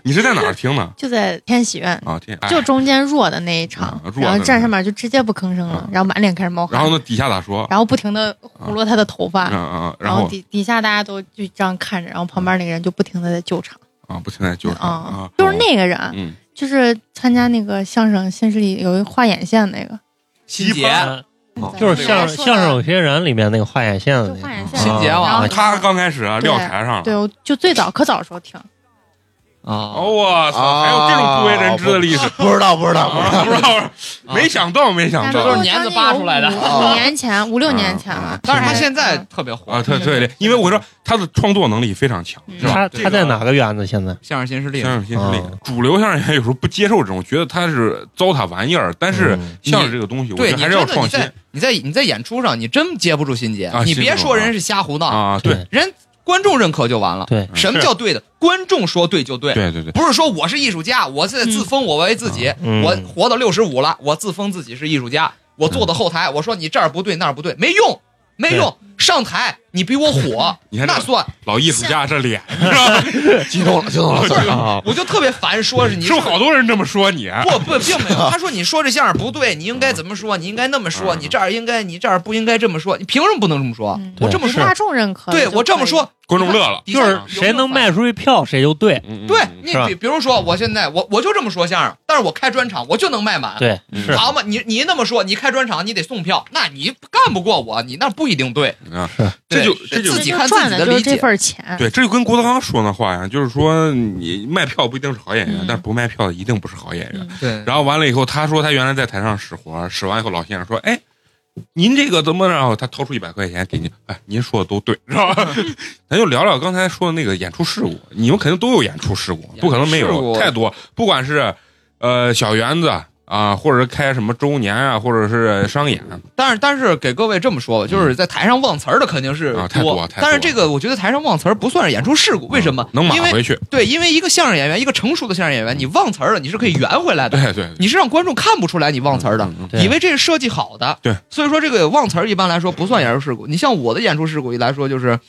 你是在哪儿听的
就在天喜院，
啊？天，哎
就中间弱的那一场
啊弱，的
然后站上面就直接不吭声了
啊，
然后满脸开始冒汗
然后，呢？底下咋说？
然后不停的胡噜他的头
嗯
发，
嗯，嗯然
然后
后
底底下大家都就这样看着，然后旁边那个人就不停的在救场，
啊，不存在就是他啊
啊，，就是那个人，
嗯，
就是参加那个相声新势力有一画眼线那个，
心
一
结，啊
般
嗯
哦
就是相
对
相声有些人里面那啊个画眼线的
就
那
画眼
个
线，
心结嘛
然后
他刚开始啊
对
撂台上了，
对，我就最早可早的时候听，
啊
哦，我操，
啊
还有这种不为人知的历史，
不知道，不知道，不知 道。
不知道，没想
嗯
到，没想
这
到
都是年子扒出来的
五五年前五六年前
啊
了。嗯
但是他现在特别火
啊！特特别，因为我说他的创作能力非常强，
嗯
是吧？
他
这
他在
个
哪个园子现在？
相声新势力
相声新势力
嗯，
主流相声演员有时候不接受这种，觉得他是糟蹋玩意儿。但是
嗯
相声这个东西，我觉
对
得
你
还
真
是要
的
创
你
新
在你在你在演出上，你真接不住心结
啊，
你
心
别
不住
说
啊
人是瞎胡闹，
啊！对
人观众认可就完了。
对，
什么叫对的？观众说对就对，
对对对，
不是说我是艺术家，我现在自封我为自
啊
己，
嗯
我活到六十五了，我自封自己是艺术家，我坐到后台，我说你这儿不对那儿不对，没用，没用，上台你比我火，
你看这
那算，
老艺术家这 脸，
激动了，激动了，算了啊！
我就特别烦，说是你
哦是不是好多人这么说你？啊
不不，并没有。他说你说这相声不对，你应该怎么说？你应该那么说，
嗯
你这儿应该，你这儿不应该这么说。你凭什么不能这么说？
嗯
我这
么说
大众认可，
对我这么，说，
观众乐了，
底
嗯就
下
是谁能卖出去票谁就对。
嗯嗯
有没有反
嗯
应？对
是吧
你比比如说，我现在我我就这么说相声，但是我开专场我就能卖满。
对，
嗯
是
好嘛，你你那么说，你开专场你得送票，那你干不过我，你那不一定对。
你看
是，
嗯这就
对
这就
自
自
己
己
看自
赚
己的
的
理
就
解
是这份钱，
对，这就跟郭德纲说那话呀，就是说你卖票不一定是好演员，
嗯
但是不卖票的一定不是好演员。
嗯
对
然后完了以后，他说他原来在台上使活，使完以后，老先生说：“哎，您这个怎么着？”然后他掏出一百块钱给您，哎，您说的都对，知道吧？ 咱就聊聊刚才说的那个演出事故，你们肯定都有演出事故，不可能没
演出事
有，
故
太多，不管是呃小园子。啊，或者是开什么周年啊，或者是商演，啊
但是但是给各位这么说吧，就是在台上忘词儿的肯定是
嗯啊太多太多啊
但是这个我觉得台上忘词儿不算是演出事故，为什么？
能
因
买
为
回去？
对，因为一个相声演员，一个成熟的相声演员，你忘词儿了，你是可以圆回来的。
对对对，
你是让观众看不出来你忘词儿的，
嗯，嗯
对
以为这是设计好的。
对，
所以说这个忘词儿一般来说不算演出事故。你像我的演出事故一来说，就是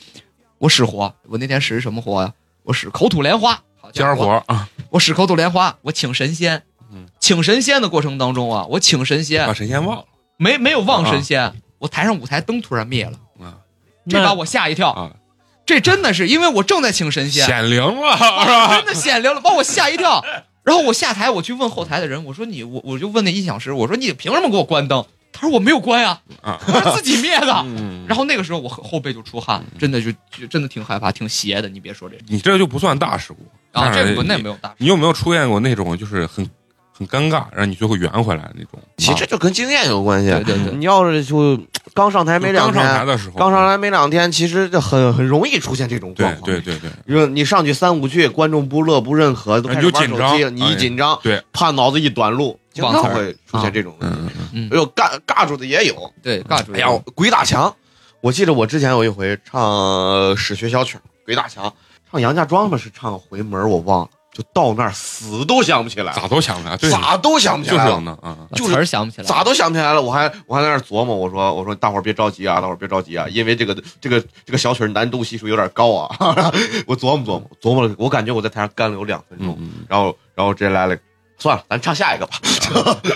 我使活，我那天使什么活呀、我使口吐莲花，好
尖
家
儿
伙
活儿啊，
我使口吐莲花，我请神仙
嗯。
请神仙的过程当中啊，我请神仙
把，神仙忘了
没没有忘神
啊
仙，我台上舞台灯突然灭了，这把
那
我吓一跳。
啊，
这真的是因为我正在请神仙，
显灵 了，
啊真的显灵了，把我吓一跳。然后我下台，我去问后台的人，我说你我我就问那音响师，我说你凭什么给我关灯？他说我没有关呀、
嗯
啊
我说自己灭的。
嗯
然后那个时候我后后背就出汗，
嗯
真的就就真的挺害怕，挺邪的。你别说这
你这就不算大事故
啊，
但
这
是
不那
你
没有大事。
你有没有出现过那种就是很很尴尬，让你最后圆回来的那种？
其实这就跟经验有关系。
对对对，
你要是就刚上台没两
刚上台
天，
的时候，
刚上台没两天，其实就很很容易出现这种状
对
况。
对对对
对，你上去三五句，观众不乐不认可，都开始玩手
你就紧
机了，
张哎
你一紧张，
对，
怕脑子一短路，经
忘词
常
儿
会出现这种问题。
嗯嗯
嗯
哎，呦，尬尬住的也有。
对，尬住。
哎呀，鬼打墙！我记得我之前有一回唱呃使学小曲儿《鬼打墙》，唱杨家庄吧，是唱回门儿，我忘了，就到那儿死都想不起来，
咋都想不起来，对，
咋都想不起
就是
来
这
了
样。的啊，
就是
词儿想不起来，
咋都想不起来了，我还我还在那儿琢磨，我说我说大伙儿别着急啊，大伙儿别着急啊，因为这个这个这个小曲儿难度系数有点高啊， 我琢磨琢磨琢磨了，我感觉我在台上干了有两分钟，
嗯，
然后然后直接来了，算了，咱唱下一个吧，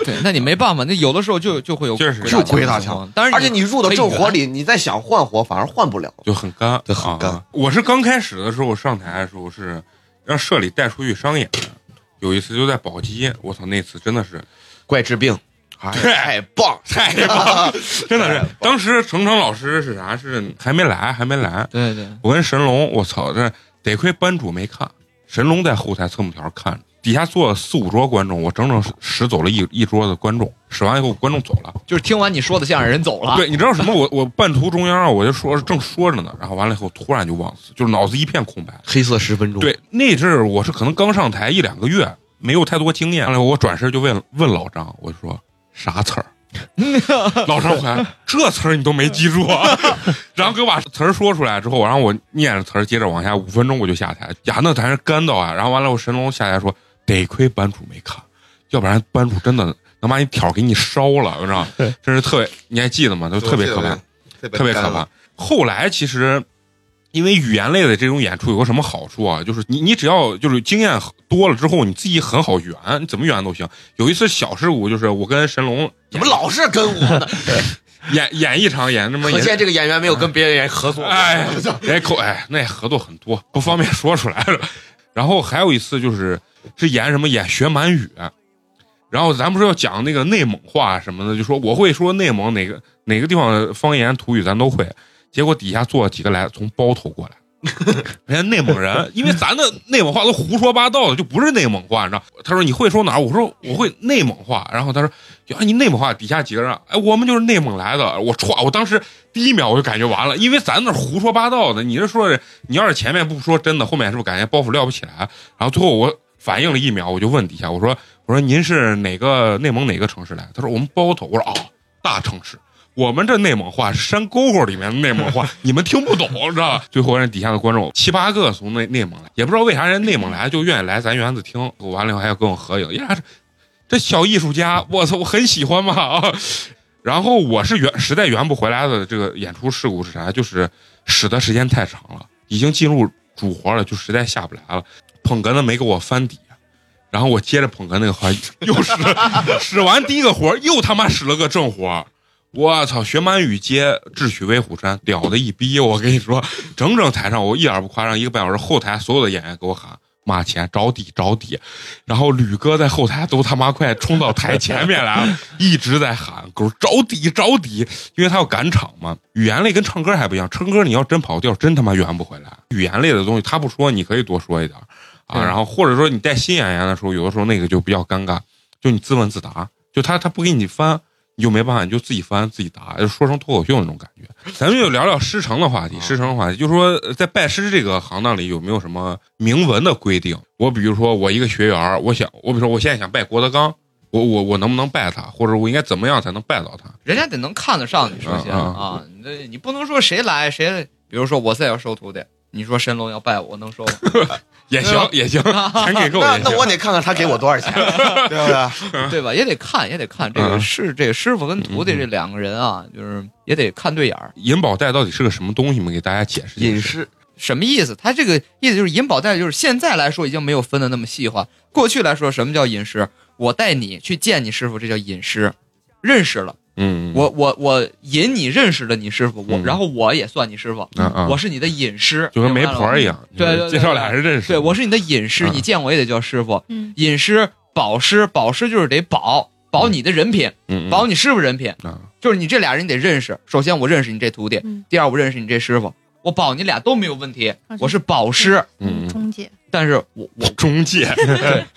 对，那你没办法，那有的时候就就会有
就是
打
就鬼打
的情
墙
况。当然，
而且你啊入到
啊
正活里，你再想换活反而换不了，
就很干，
就很干
啊。我是刚开始的时候上台的时候是让社里带出去商演，有一次就在宝鸡，我操，那次真的是
怪治病，哎
对
太棒，
太棒，真的是。当时程程老师是啥？是还没来，还没来。
对对，
我跟神龙，我操，这得亏班主没看，神龙在后台侧幕条看着，底下坐了四五桌观众，我整整使走了一一桌子观众，使完以后观众走了。
就是听完你说的相声，人走了。
对，你知道什么？我我半途中央我就说正说着呢，然后完了以后突然就忘词，就是脑子一片空白。
黑色十分钟，
对，那阵儿我是可能刚上台一两个月，没有太多经验。完了以后我转身就问问老张，我就说啥词儿？老张回来，这词儿你都没记住、啊， 然后给我把词儿说出来之后，然后我念着词儿，接着往下，五分钟我就下台，呀，那咱是干到啊！然后完了，我神龙下台说，得亏班主没看，要不然班主真的能把你挑给你烧了，你知道吗？真是特别，你还记得吗？都特别可怕。特别可怕。后来其实因为语言类的这种演出有个什么好处啊？就是你你只要就是经验多了之后，你自己很好圆，你怎么圆都行。有一次小事故就是我跟神龙
怎么老是跟我 呢？
演演一场演这么
可
演，
见这个演员没有跟别人合作。
哎， 人口哎，那合作很多，不方便说出来了。然后还有一次就是是演什么演学满语，然后咱不是要讲那个内蒙话什么的，就说我会说内蒙哪个哪个地方的方言土语咱都会。结果底下坐了几个来从包头过来。人家内蒙人，因为咱的内蒙话都胡说八道的，就不是内蒙话，你知道？他说你会说哪儿？我说我会内蒙话。然后他说，哎，你内蒙话？底下几个人啊，哎，我们就是内蒙来的。我歘，我当时第一秒我就感觉完了，因为咱那儿胡说八道的，你这说的，你要是前面不说真的，后面是不是感觉包袱撂不起来？然后最后我反应了一秒，我就问底下，我说我说您是哪个内蒙哪个城市来？他说我们包头。我说哦，大城市。我们这内蒙话是山沟沟里面的内蒙话，你们听不懂，知道吧？最后人底下的观众七八个从内内蒙来，也不知道为啥人内蒙来就愿意来咱园子听，完了以后还要跟我合影，呀，这这小艺术家，我操，我很喜欢嘛啊！然后我是圆实在圆不回来的这个演出事故是啥？就是使的时间太长了，已经进入主活了，就实在下不来了。捧哏的没给我翻底，然后我接着捧哏那个活，又使使完第一个活，又他妈使了个正活。我操！学满语接智取威虎山，屌的一逼！我跟你说，整整台上我一点不夸张，一个半小时，后台所有的演员给我喊马前着底着底，然后吕哥在后台都他妈快冲到台前面来了，一直在喊狗着底着底，因为他要赶场嘛。语言类跟唱歌还不一样，唱歌你要真跑调，真他妈圆不回来。语言类的东西他不说，你可以多说一点啊。然后或者说你带新演员的时候，有的时候那个就比较尴尬，就你自问自答，就他他不给你翻。你就没办法，你就自己翻自己答，就说成脱口秀那种感觉。咱们就聊聊师承的话
啊
题。师承的话题，就说呃在拜师这个行当里有没有什么明文的规定？我比如说，我一个学员儿，我想，我比如说我现在想拜郭德纲，我我我能不能拜他，或者我应该怎么样才能拜到他？
人家得能看得上你，首先
嗯嗯
啊，你这你不能说谁来谁，比如说我再要收徒弟，你说神龙要拜我，我能 收吗？
也行，也 行，钱给够
那
也
那我
行。
得看看他给我多少钱，对不对？
对吧？也得看，也得看这个
嗯
是这个师傅跟徒弟这两个人啊，就是也得看对眼儿。
银宝带到底是个什么东西吗？给大家解释解释。
隐士
什么意思？他这个意思就是银保带，就是现在来说已经没有分的那么细化。过去来说，什么叫隐师？我带你去见你师傅，这叫隐师，认识了。
嗯，嗯
我我我引你认识了你师傅，我
嗯
然后我也算你师傅，
啊啊，
我是你的隐师，
就跟媒
明白了
婆儿一样，
对对对
介绍俩人认识。
对，我是你的隐师，
嗯
你见我也得叫师傅。
嗯
隐师、保师，保师就是得保保你的人品，
嗯嗯
保你师傅人品，
啊
就是你这俩人你得认识。首先我认识你这徒弟，
嗯
第二我认识你这师傅，我保你俩都没有问题
啊。
我是保师，
嗯嗯
中介
但是我我
中介，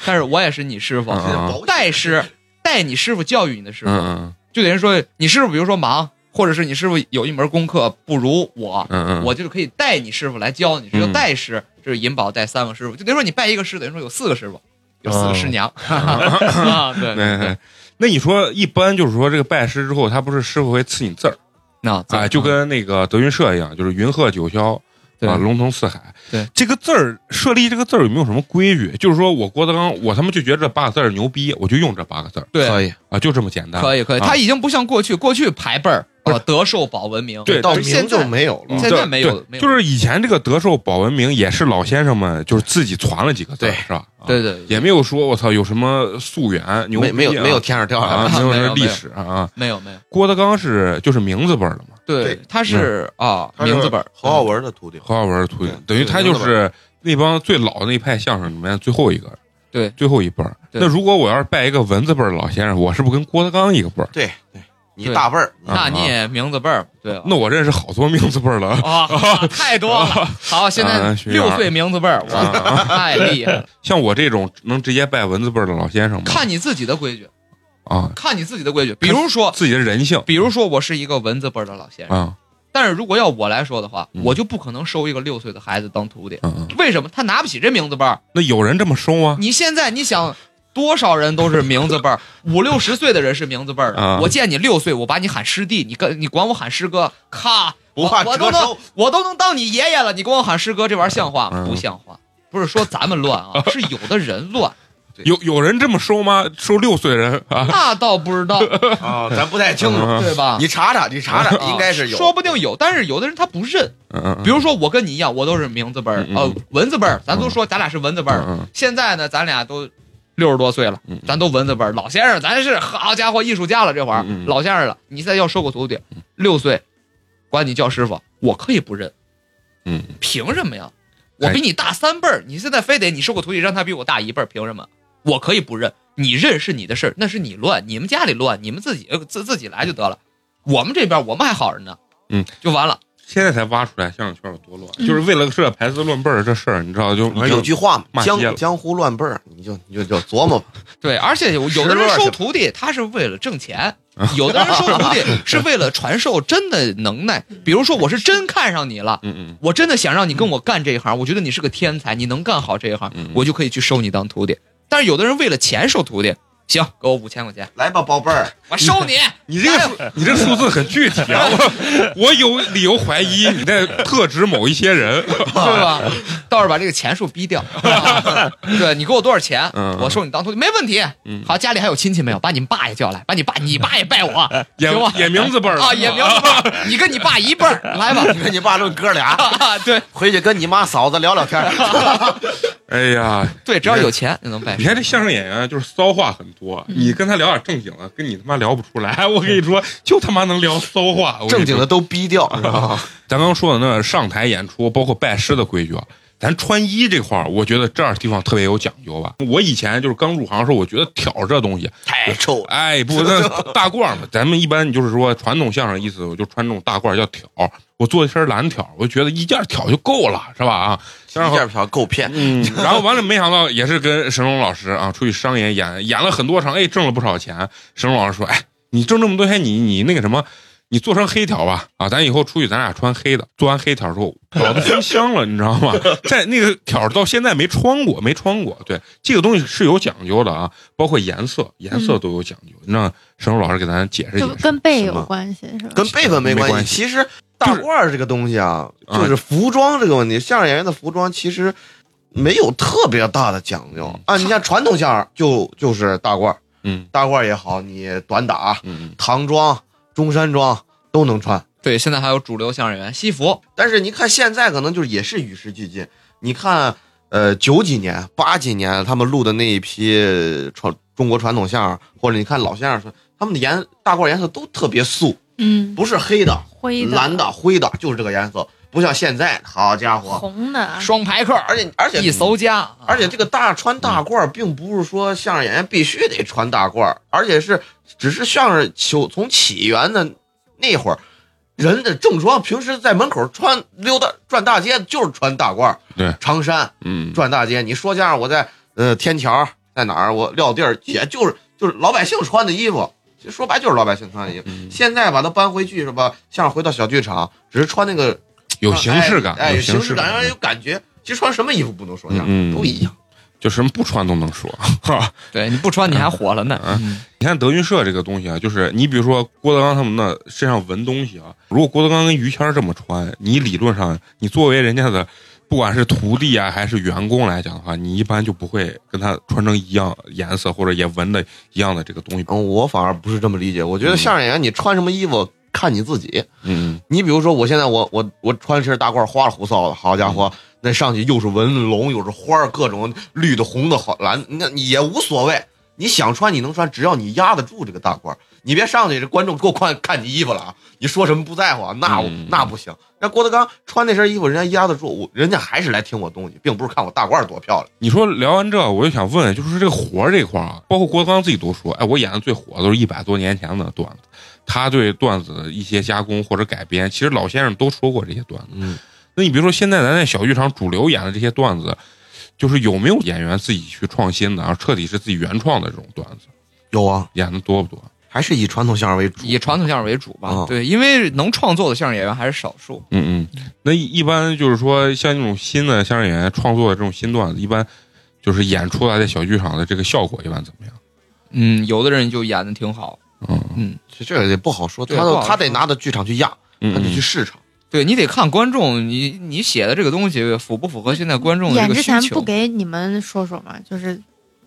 但是我也是你师傅，
嗯啊
代师代你师傅教育你的师傅，
嗯
就等于说你师傅比如说忙，或者是你师傅有一门功课不如我，
嗯嗯，
我就是可以带你师傅来教你，这叫
嗯
带师，这是银宝带三个师傅，就等于说你拜一个师，等于说有四个师傅，有四个
哦
师娘，啊，对对对
那，嗯那你说一般就是说这个拜师之后，他不是师傅会赐你字儿
那
啊、就跟那个德云社一样，就是云鹤九霄
对
啊，龙腾四海。
对
这个字儿设立这个字儿有没有什么规矩？就是说我郭德纲，我他妈就觉得这八个字儿牛逼，我就用这八个字儿
对，
可以，
啊，就这么简单。
可以可以，
啊
他已经不像过去，过去排辈儿
不是
啊，德寿保文明，
对
到
但是现
名就
在
没有
嗯
了。
现在没有
对
没有
就是以前这个德寿保文明也是老先生们就是自己传了几个字儿，是吧？啊
对对，
也没有说我操有什么溯源牛逼
没
啊、
没有没有天上掉下来
啊，
的，
没有
没
什
有
么
没
历
有
史啊啊。
没有没有，
郭德纲是就是名字辈儿的嘛。
对
对，
他是啊
他是
名字辈儿，
侯耀文的徒弟，
侯耀文徒弟
对，
等于他就是那帮最老的那一派相声里面最后一个，
对
最后一辈儿。
对
那如果我要是拜一个文字辈儿的老先生，我是不是跟郭德纲一个辈儿？
对对，你
对
大辈儿，
嗯那
啊
你
啊
也名字辈儿，对吧？
那我认识好多名字辈儿 了。
啊，太多了。好，现在
啊学啊员
六岁名字辈儿，哇，太厉害了！
像我这种能直接拜文字辈儿的老先生吗？
看你自己的规矩，
啊，
看你自己的规矩。比如说，
自己的人性，
比如说我是一个文字辈儿的老先生，
啊，
但是如果要我来说的话，
嗯
我就不可能收一个六岁的孩子当徒弟。
嗯嗯，
为什么？他拿不起这名字辈儿。
那有人这么收吗？
你现在你想。多少人都是名字辈儿，五六十岁的人是名字辈儿
啊
的。我见你六岁，我把你喊师弟，你跟你管我喊师哥，咔，
不怕
我我
折
都能
寿。
我都能当你爷爷了，你管我喊师哥，这玩意儿像话吗
嗯
不像话？不是说咱们乱啊，是有的人乱。
对
有有人这么收吗？收六岁人啊？
那倒不知道，
哦
啊，咱不太清楚，
嗯
对吧？
你查查，你查查，
啊
嗯
应该是有。
说不定有，但是有的人他不认。
嗯嗯，
比如说我跟你一样，我都是名字辈儿
嗯，嗯
呃，文字辈儿，咱都说咱俩是文字辈儿。
嗯
现在呢，咱俩都六十多岁了
嗯，
咱都文字辈儿。老先生，咱是好家伙，艺术家了，这会儿
嗯嗯
老先生了。你再要收个徒弟，六岁，管你叫师傅，我可以不认，
嗯，
凭什么呀？我比你大三辈儿，你现在非得你收个徒弟让他比我大一辈儿，凭什么？我可以不认，你认是你的事儿，那是你乱，你们家里乱，你们自己呃自自己来就得了。我们这边我们还好着呢，
嗯，
就完了。
现在才挖出来相声圈有多乱，
嗯
就是为了这排字论辈儿这事儿，你知道
哎
就
有句话嘛，
骂街了
江江湖乱辈儿，你就你就就琢磨吧。
对，而且有有的人收徒弟，他是为了挣钱；有的人收徒弟是为了传授真的能耐。比如说，我是真看上你了，
嗯嗯
我真的想让你跟我干这一行，我觉得你是个天才，你能干好这一行
嗯嗯，
我就可以去收你当徒弟。但是有的人为了钱收徒弟，行，给我五千块钱，
来吧，宝贝儿，
我 收你。
你这个你这数字很具体 啊，我我有理由怀疑你在特指某一些 人。
是吧？倒是把这个钱数逼掉。啊对你给我多少钱
嗯，
我收你当徒弟，没问题
嗯。
好，家里还有亲戚没有？把你们爸也叫来，把你爸，你爸也拜我，
也
行吧？
也名字辈儿
啊，也名字辈儿，你跟你爸一辈 儿，来吧。
跟你爸论哥俩，哦
啊，对
回去跟你妈嫂子聊聊 天儿。
哎呀，
对，只要有钱就能拜
你。看这相声演员啊就是骚话很多，啊
嗯
你跟他聊点正经的，跟你他妈聊不出来。我跟你说，就他妈能聊骚话。我跟
正
你说
经的，都逼 掉，啊知道吗？
咱刚刚说的那上台演出，包括拜师的规矩啊。咱穿衣这块儿，我觉得这儿地方特别有讲究吧。我以前就是刚入行的时候，我觉得挑这东西，
太臭了。
哎，不，那大褂儿嘛，咱们一般就是说传统相声意思，我就穿这种大褂儿叫挑儿。我做一身蓝挑儿，我就觉得一件挑就够了，是吧？啊，然
一
后
件票够骗，
嗯， 然后完了，没想到也是跟神龙老师啊出去商演，演演了很多场，哎，挣了不少钱。神龙老师说：“哎，你挣这么多钱，你你那个什么，你做成黑条吧，啊，咱以后出去咱俩穿黑的。做完黑条之后，老子封箱了，你知道吗？ 在那个条儿到现在没穿过，没穿过。对，这个东西是有讲究的啊，包括颜色，颜色都有讲究。让神龙老师给咱解释解
就
释，
跟背
是吗
有关系是吧？
跟辈分没
啊没
关
关
系。其实大褂儿这个东西啊，
啊
就是服装这个问题，相声演员的服装其实没有特别大的讲究
嗯
啊。你像传统相声就就是大褂儿，
嗯
大褂儿也好，你短打、
嗯
唐装、中山装都能穿。
对，现在还有主流相声演员西服，
但是你看现在可能就是也是与时俱进，你看呃九几年、八几年他们录的那一批呃传中国传统相声，或者你看老相声说他们的颜大褂颜色都特别素，
嗯，
不是黑的、
灰的、
蓝的、灰的，就是这个颜色，不像现在，好家伙！
红的，啊
双排扣，
而且而且
一搜家，啊
而且这个大穿大褂儿，并不是说相声演员必须得穿大褂儿，而且是只是相声求从起源的那会儿，人的正装平时在门口穿溜达转大街就是穿大褂儿，
对
长衫
嗯
转大街。你说相声，我在呃天桥在哪儿，我撂地儿，也就是就是老百姓穿的衣服，其实说白就是老百姓穿的衣服。
嗯，
现在把它搬回去是吧？相声回到小剧场，只是穿那个
有形式感，
哎，哎有
形
式感让人有感觉。其实穿什么衣服不能说相
嗯
声，都一样。
就什么不穿都能说，哈。
对你不穿你还火了呢。嗯
你看德云社这个东西啊，就是你比如说郭德纲他们那身上纹东西啊，如果郭德纲跟于谦儿这么穿，你理论上你作为人家的，不管是徒弟啊还是员工来讲的话，你一般就不会跟他穿成一样颜色或者也纹的一样的这个东西。
嗯，我反而不是这么理解。我觉得相声演员你穿什么衣服看你自己。
嗯
你比如说，我现在我我我穿身大褂，花里胡哨的，好家伙，那上去又是纹龙，又是花儿，各种绿的、红的、好蓝的，那你也无所谓。你想穿你能穿，只要你压得住这个大褂，你别上去这观众给我看看你衣服了啊！你说什么不在乎啊？那我
嗯
那不行。那郭德纲穿那身衣服，人家压得住，我人家还是来听我东西，并不是看我大褂多漂亮。
你说聊完这，我就想问，就是这个活儿这块儿啊，包括郭德纲自己都说，哎，我演的最火的都是一百多年前的段子，他对段子的一些加工或者改编，其实老先生都说过这些段子。
嗯，
那你比如说现在咱在小剧场主流演的这些段子，就是有没有演员自己去创新的，然后啊彻底是自己原创的这种段子，
有啊，
演的多不多？
还是以传统相声为主。
以传统相声为主吧
嗯，
对，因为能创作的相声演员还是少数。
嗯嗯，那一一般就是说像那种新的相声演员创作的这种新段子，一般就是演出来在小剧场的这个效果一般怎么样？
嗯，有的人就演的挺好，
嗯
这这也不好说，
对
他
不
都
好
他得
说
拿到剧场去压，
嗯
他得去
嗯
市场。
对你得看观众，你你写的这个东西符不符合现在观众的这
演
个
之
需
前
求
不？给你们说说吗？就是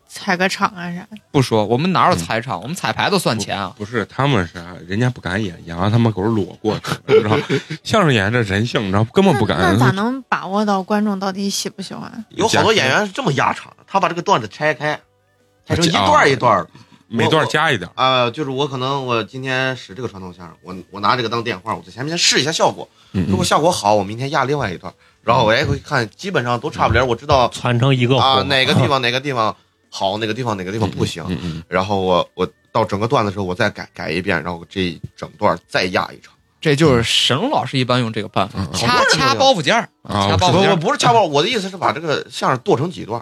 踩个场啊啥的。
不说，我们哪有踩场？我们彩排都算钱啊。
不是他们是啥？人家不敢演，演完他们给我裸过去，你知道吗？相声演员这人性，你知道吗根本不
那
敢
那。咋能把握到观众到底喜不喜欢？
有好多演员是这么压场，他把这个段子拆开，拆
啊
成一段儿一段儿的。
每段加一点，
啊、就是我可能我今天使这个传统相声，我我拿这个当电话，我在前面先试一下效果，
嗯
如果效果好，我明天压另外一段，然后我来回看，基本上都差不离儿，我知道
攒成一个
啊
活
哪个地 方哪个地方好，哪个地方哪个地方不行，
嗯嗯，
然后我我到整个段子的时候，我再改改一遍，然后这一整段再压一场。
这就是沈龙老师一般用这个办法，
嗯
好
掐
多人
掐
都有
包袱尖儿，
啊
掐
我
包
不
袱尖
不
儿。
不是掐包，我的意思是把这个相声剁成几段。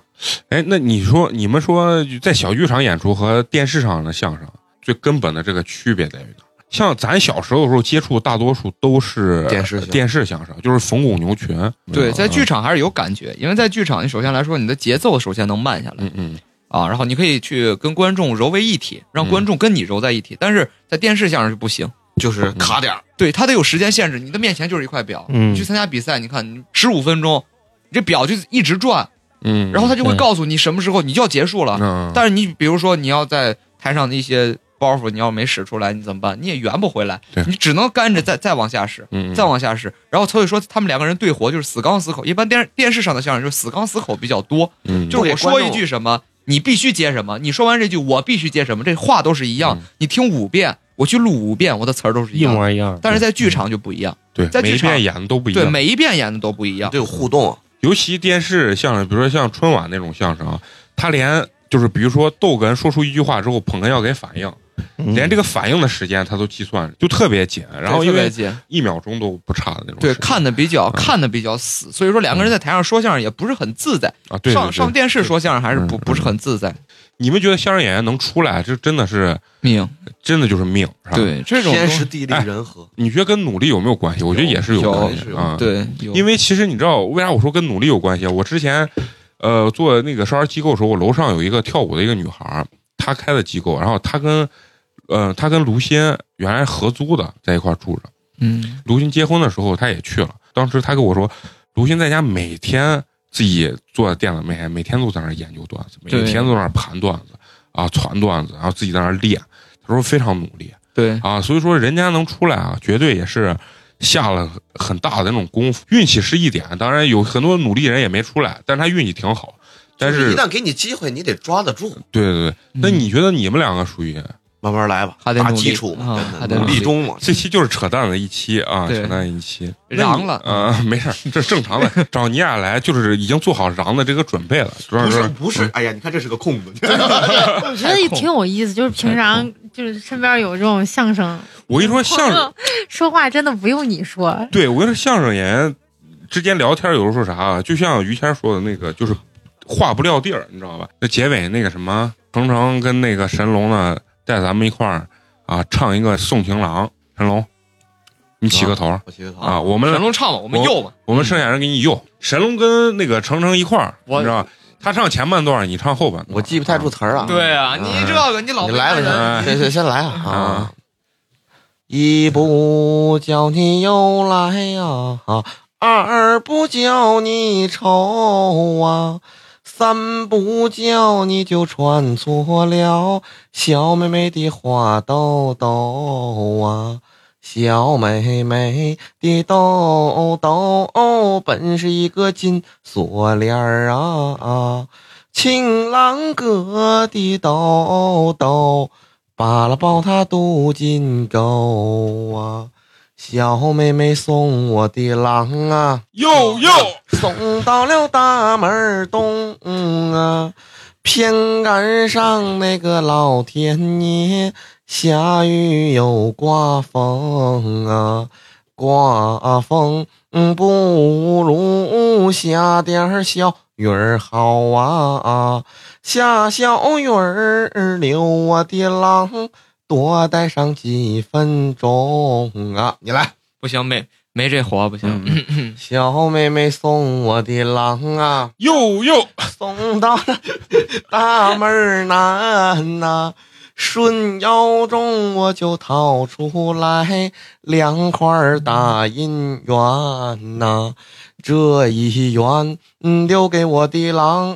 哎，那你说你们说在小剧场演出和电视上的相声最根本的这个区别在于哪？像咱小时候的时候接触，大多数都是
电视相声
电视相声，就是冯巩牛群。
对，在剧
场，
场还是有感觉，因为在剧场，你首先来说，你的节奏首先能慢下来
嗯嗯，
啊，然后你可以去跟观众揉为一体，让
嗯
观众跟你揉在一体。但是在电视相声就不行，
嗯
就是卡点儿，
对，它得有时间限制，你的面前就是一块表。
嗯
你去参加比赛，你看你十五分钟，你这表就一直转，
嗯，
然后它就会
对
告诉你什么时候你就要结束了。
嗯，
但是你比如说你要在台上的一些包袱，你要没使出来，你怎么办？你也圆不回来
对，
你只能干着再再往下使，
嗯
再往下使。然后所以说他们两个人对活就是死刚死口，一般电电视上的相声就是死刚死口比较多，
嗯
就是我说一句什么，你必须接什么，你说完这句我必须接什么，这话都是一样
嗯，
你听五遍，我去录五遍，我的词儿都是一
一
样的。
模一样。
但是在剧场就不一样，
对，
在
每
剧
一
场
遍演的都不一
对
样，
每一遍演的都不一样
得。有互动。
尤其电视相声，比如说像春晚那种相声啊，他连就是比如说逗哏说出一句话之后，捧哏要给反应，
嗯
连这个反应的时间他都计算，就特别紧，然后
对
因
特别
为
紧
一秒钟都不差的那种时
对
间。
看的比较
嗯
看的比较死，所以说两个人在台上说相声也不是很自在。
啊，对对
上上
对，
电视说相声还是不
嗯
不是很自在。
你们觉得相声演员能出来，这真的是
命
真的就是命，嗯是吧？，
对这种
天
东
时
西
地利
哎
人和，
你觉得跟努力有没有关系？我觉得也是
有
关系
有
啊。，
对，有
因为其实你知道为啥我说跟努力有关系？啊我之前，呃，做那个少儿机构的时候，我楼上有一个跳舞的一个女孩儿，她开的机构，然后她跟，呃，她跟卢鑫原来合租的，在一块儿住着。
嗯
卢鑫结婚的时候，她也去了。当时她跟我说，卢鑫在家每天自己坐在电脑面前，每天都在那儿研究段子，每
对
天都在那儿盘段子啊，传段子，然后自己在那儿练。她说非常努力
对
啊，所以说人家能出来啊，绝对也是下了很大的那种功夫。运气是一点，当然有很多努力人也没出来，但是他运气挺好。但
就是一，旦给你机会，你得抓得住，
对对对，
嗯
那你觉得你们两个属于
慢慢来吧，
还得
打
努力
基础嘛，真的
啊还得
努力
立中嘛。
这期就是扯淡的一期啊，
对
扯淡一期，
瓤了
啊、没事儿，这正常的。找你俩来就是已经做好瓤的这个准备了，主要
不是
是嗯
不是，哎呀，你看这是个空子，
我觉得也挺有意思，就是平常就是身边有这种相声
我跟你说相声，
说话，真的不用你说，
对我跟你说相声演员之间聊天有时候说啥啊，就像于谦说的那个，就是话不撂地儿，你知道吧？那结尾那个什么，程程跟那个神龙呢，带咱们一块儿啊唱一个《送情郎》，神龙，你起个头儿
我觉得
啊，我们
神龙唱吧，我们
我
右吧，
我们剩下人给你用。神龙跟那个程程一块儿，你
我
知道吧，他唱前半段，你唱后半段。
我记不太住词儿啊。
对啊，嗯你这个你老
你来吧，
不
人
先先先先来啊
啊
啊！一不叫你又来呀、啊，二不叫你愁啊，三不叫你就穿错了小妹妹的花兜兜啊。小妹妹的兜兜、本是一个金锁链儿啊啊情郎哥的兜兜，扒拉抱他镀金钩啊！小妹妹送我的郎啊，
哟哟，
送到了大门儿东啊，偏赶上那个老天爷下雨又刮风啊，刮风嗯不如下点儿小雨儿好啊啊，下小雨儿留我的郎。多待上几分钟啊！
你来，
不行，没没这活不
嗯
行。
小妹妹送我的郎啊，
哟哟，
送到了大门儿南呐、顺腰中我就掏出来两块儿大银元呐、这一元、嗯、留给我的郎、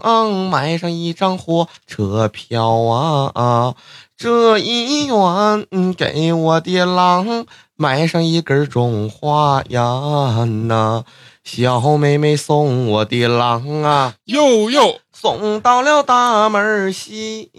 买上一张火车票啊啊！这一元、嗯、给我的郎，买上一根中华烟呐、小妹妹送我的郎啊，
呦呦，
送到了大门西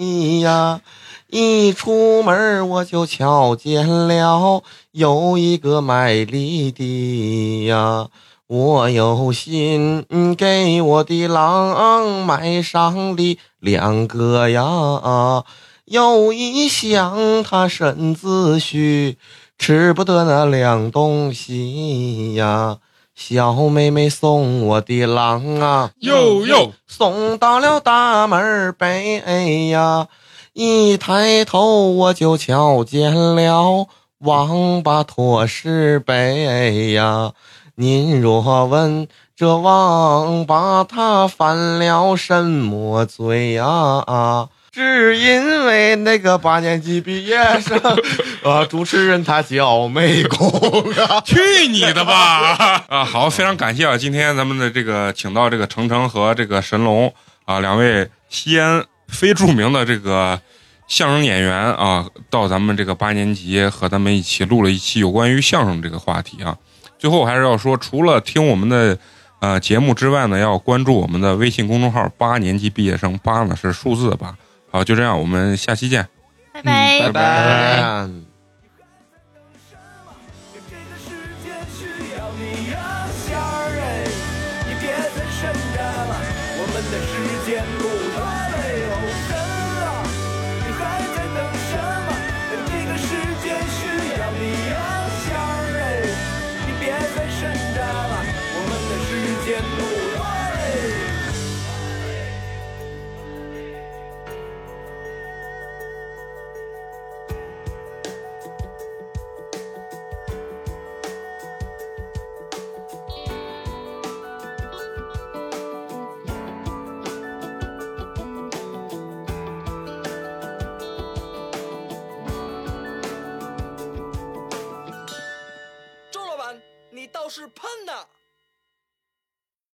呀、一出门我就瞧见了有一个卖梨的呀，我有心嗯给我的郎买上梨两个呀。又一想他身子虚，吃不得那两东西呀。小妹妹送我的郎啊，
呦呦，
送到了大门儿北哎呀。一抬头我就瞧见了王八驮石碑哎呀。您若问这王八他犯了什么罪呀、啊？只因为那个八年级毕业生 啊，主持人他叫美工啊。
去你的吧！啊，好，非常感谢啊，今天咱们的这个请到这个程程和这个神龙啊两位西安非著名的这个相声演员啊，到咱们这个八年级和咱们一起录了一期有关于相声这个话题啊。最后我还是要说，除了听我们的呃节目之外呢，要关注我们的微信公众号“八年级毕业生”，八呢是数字八。好，就这样，我们下期见。
拜拜。
拜拜
这个世界需要你呀，仙儿哎，你别再深夜了，我们的时间不多了，哦，神啊，你还在等什么？这个世界需要你呀，仙儿哎，你别再深夜了，我们的时间不多了。
周老板，你倒是喷呐！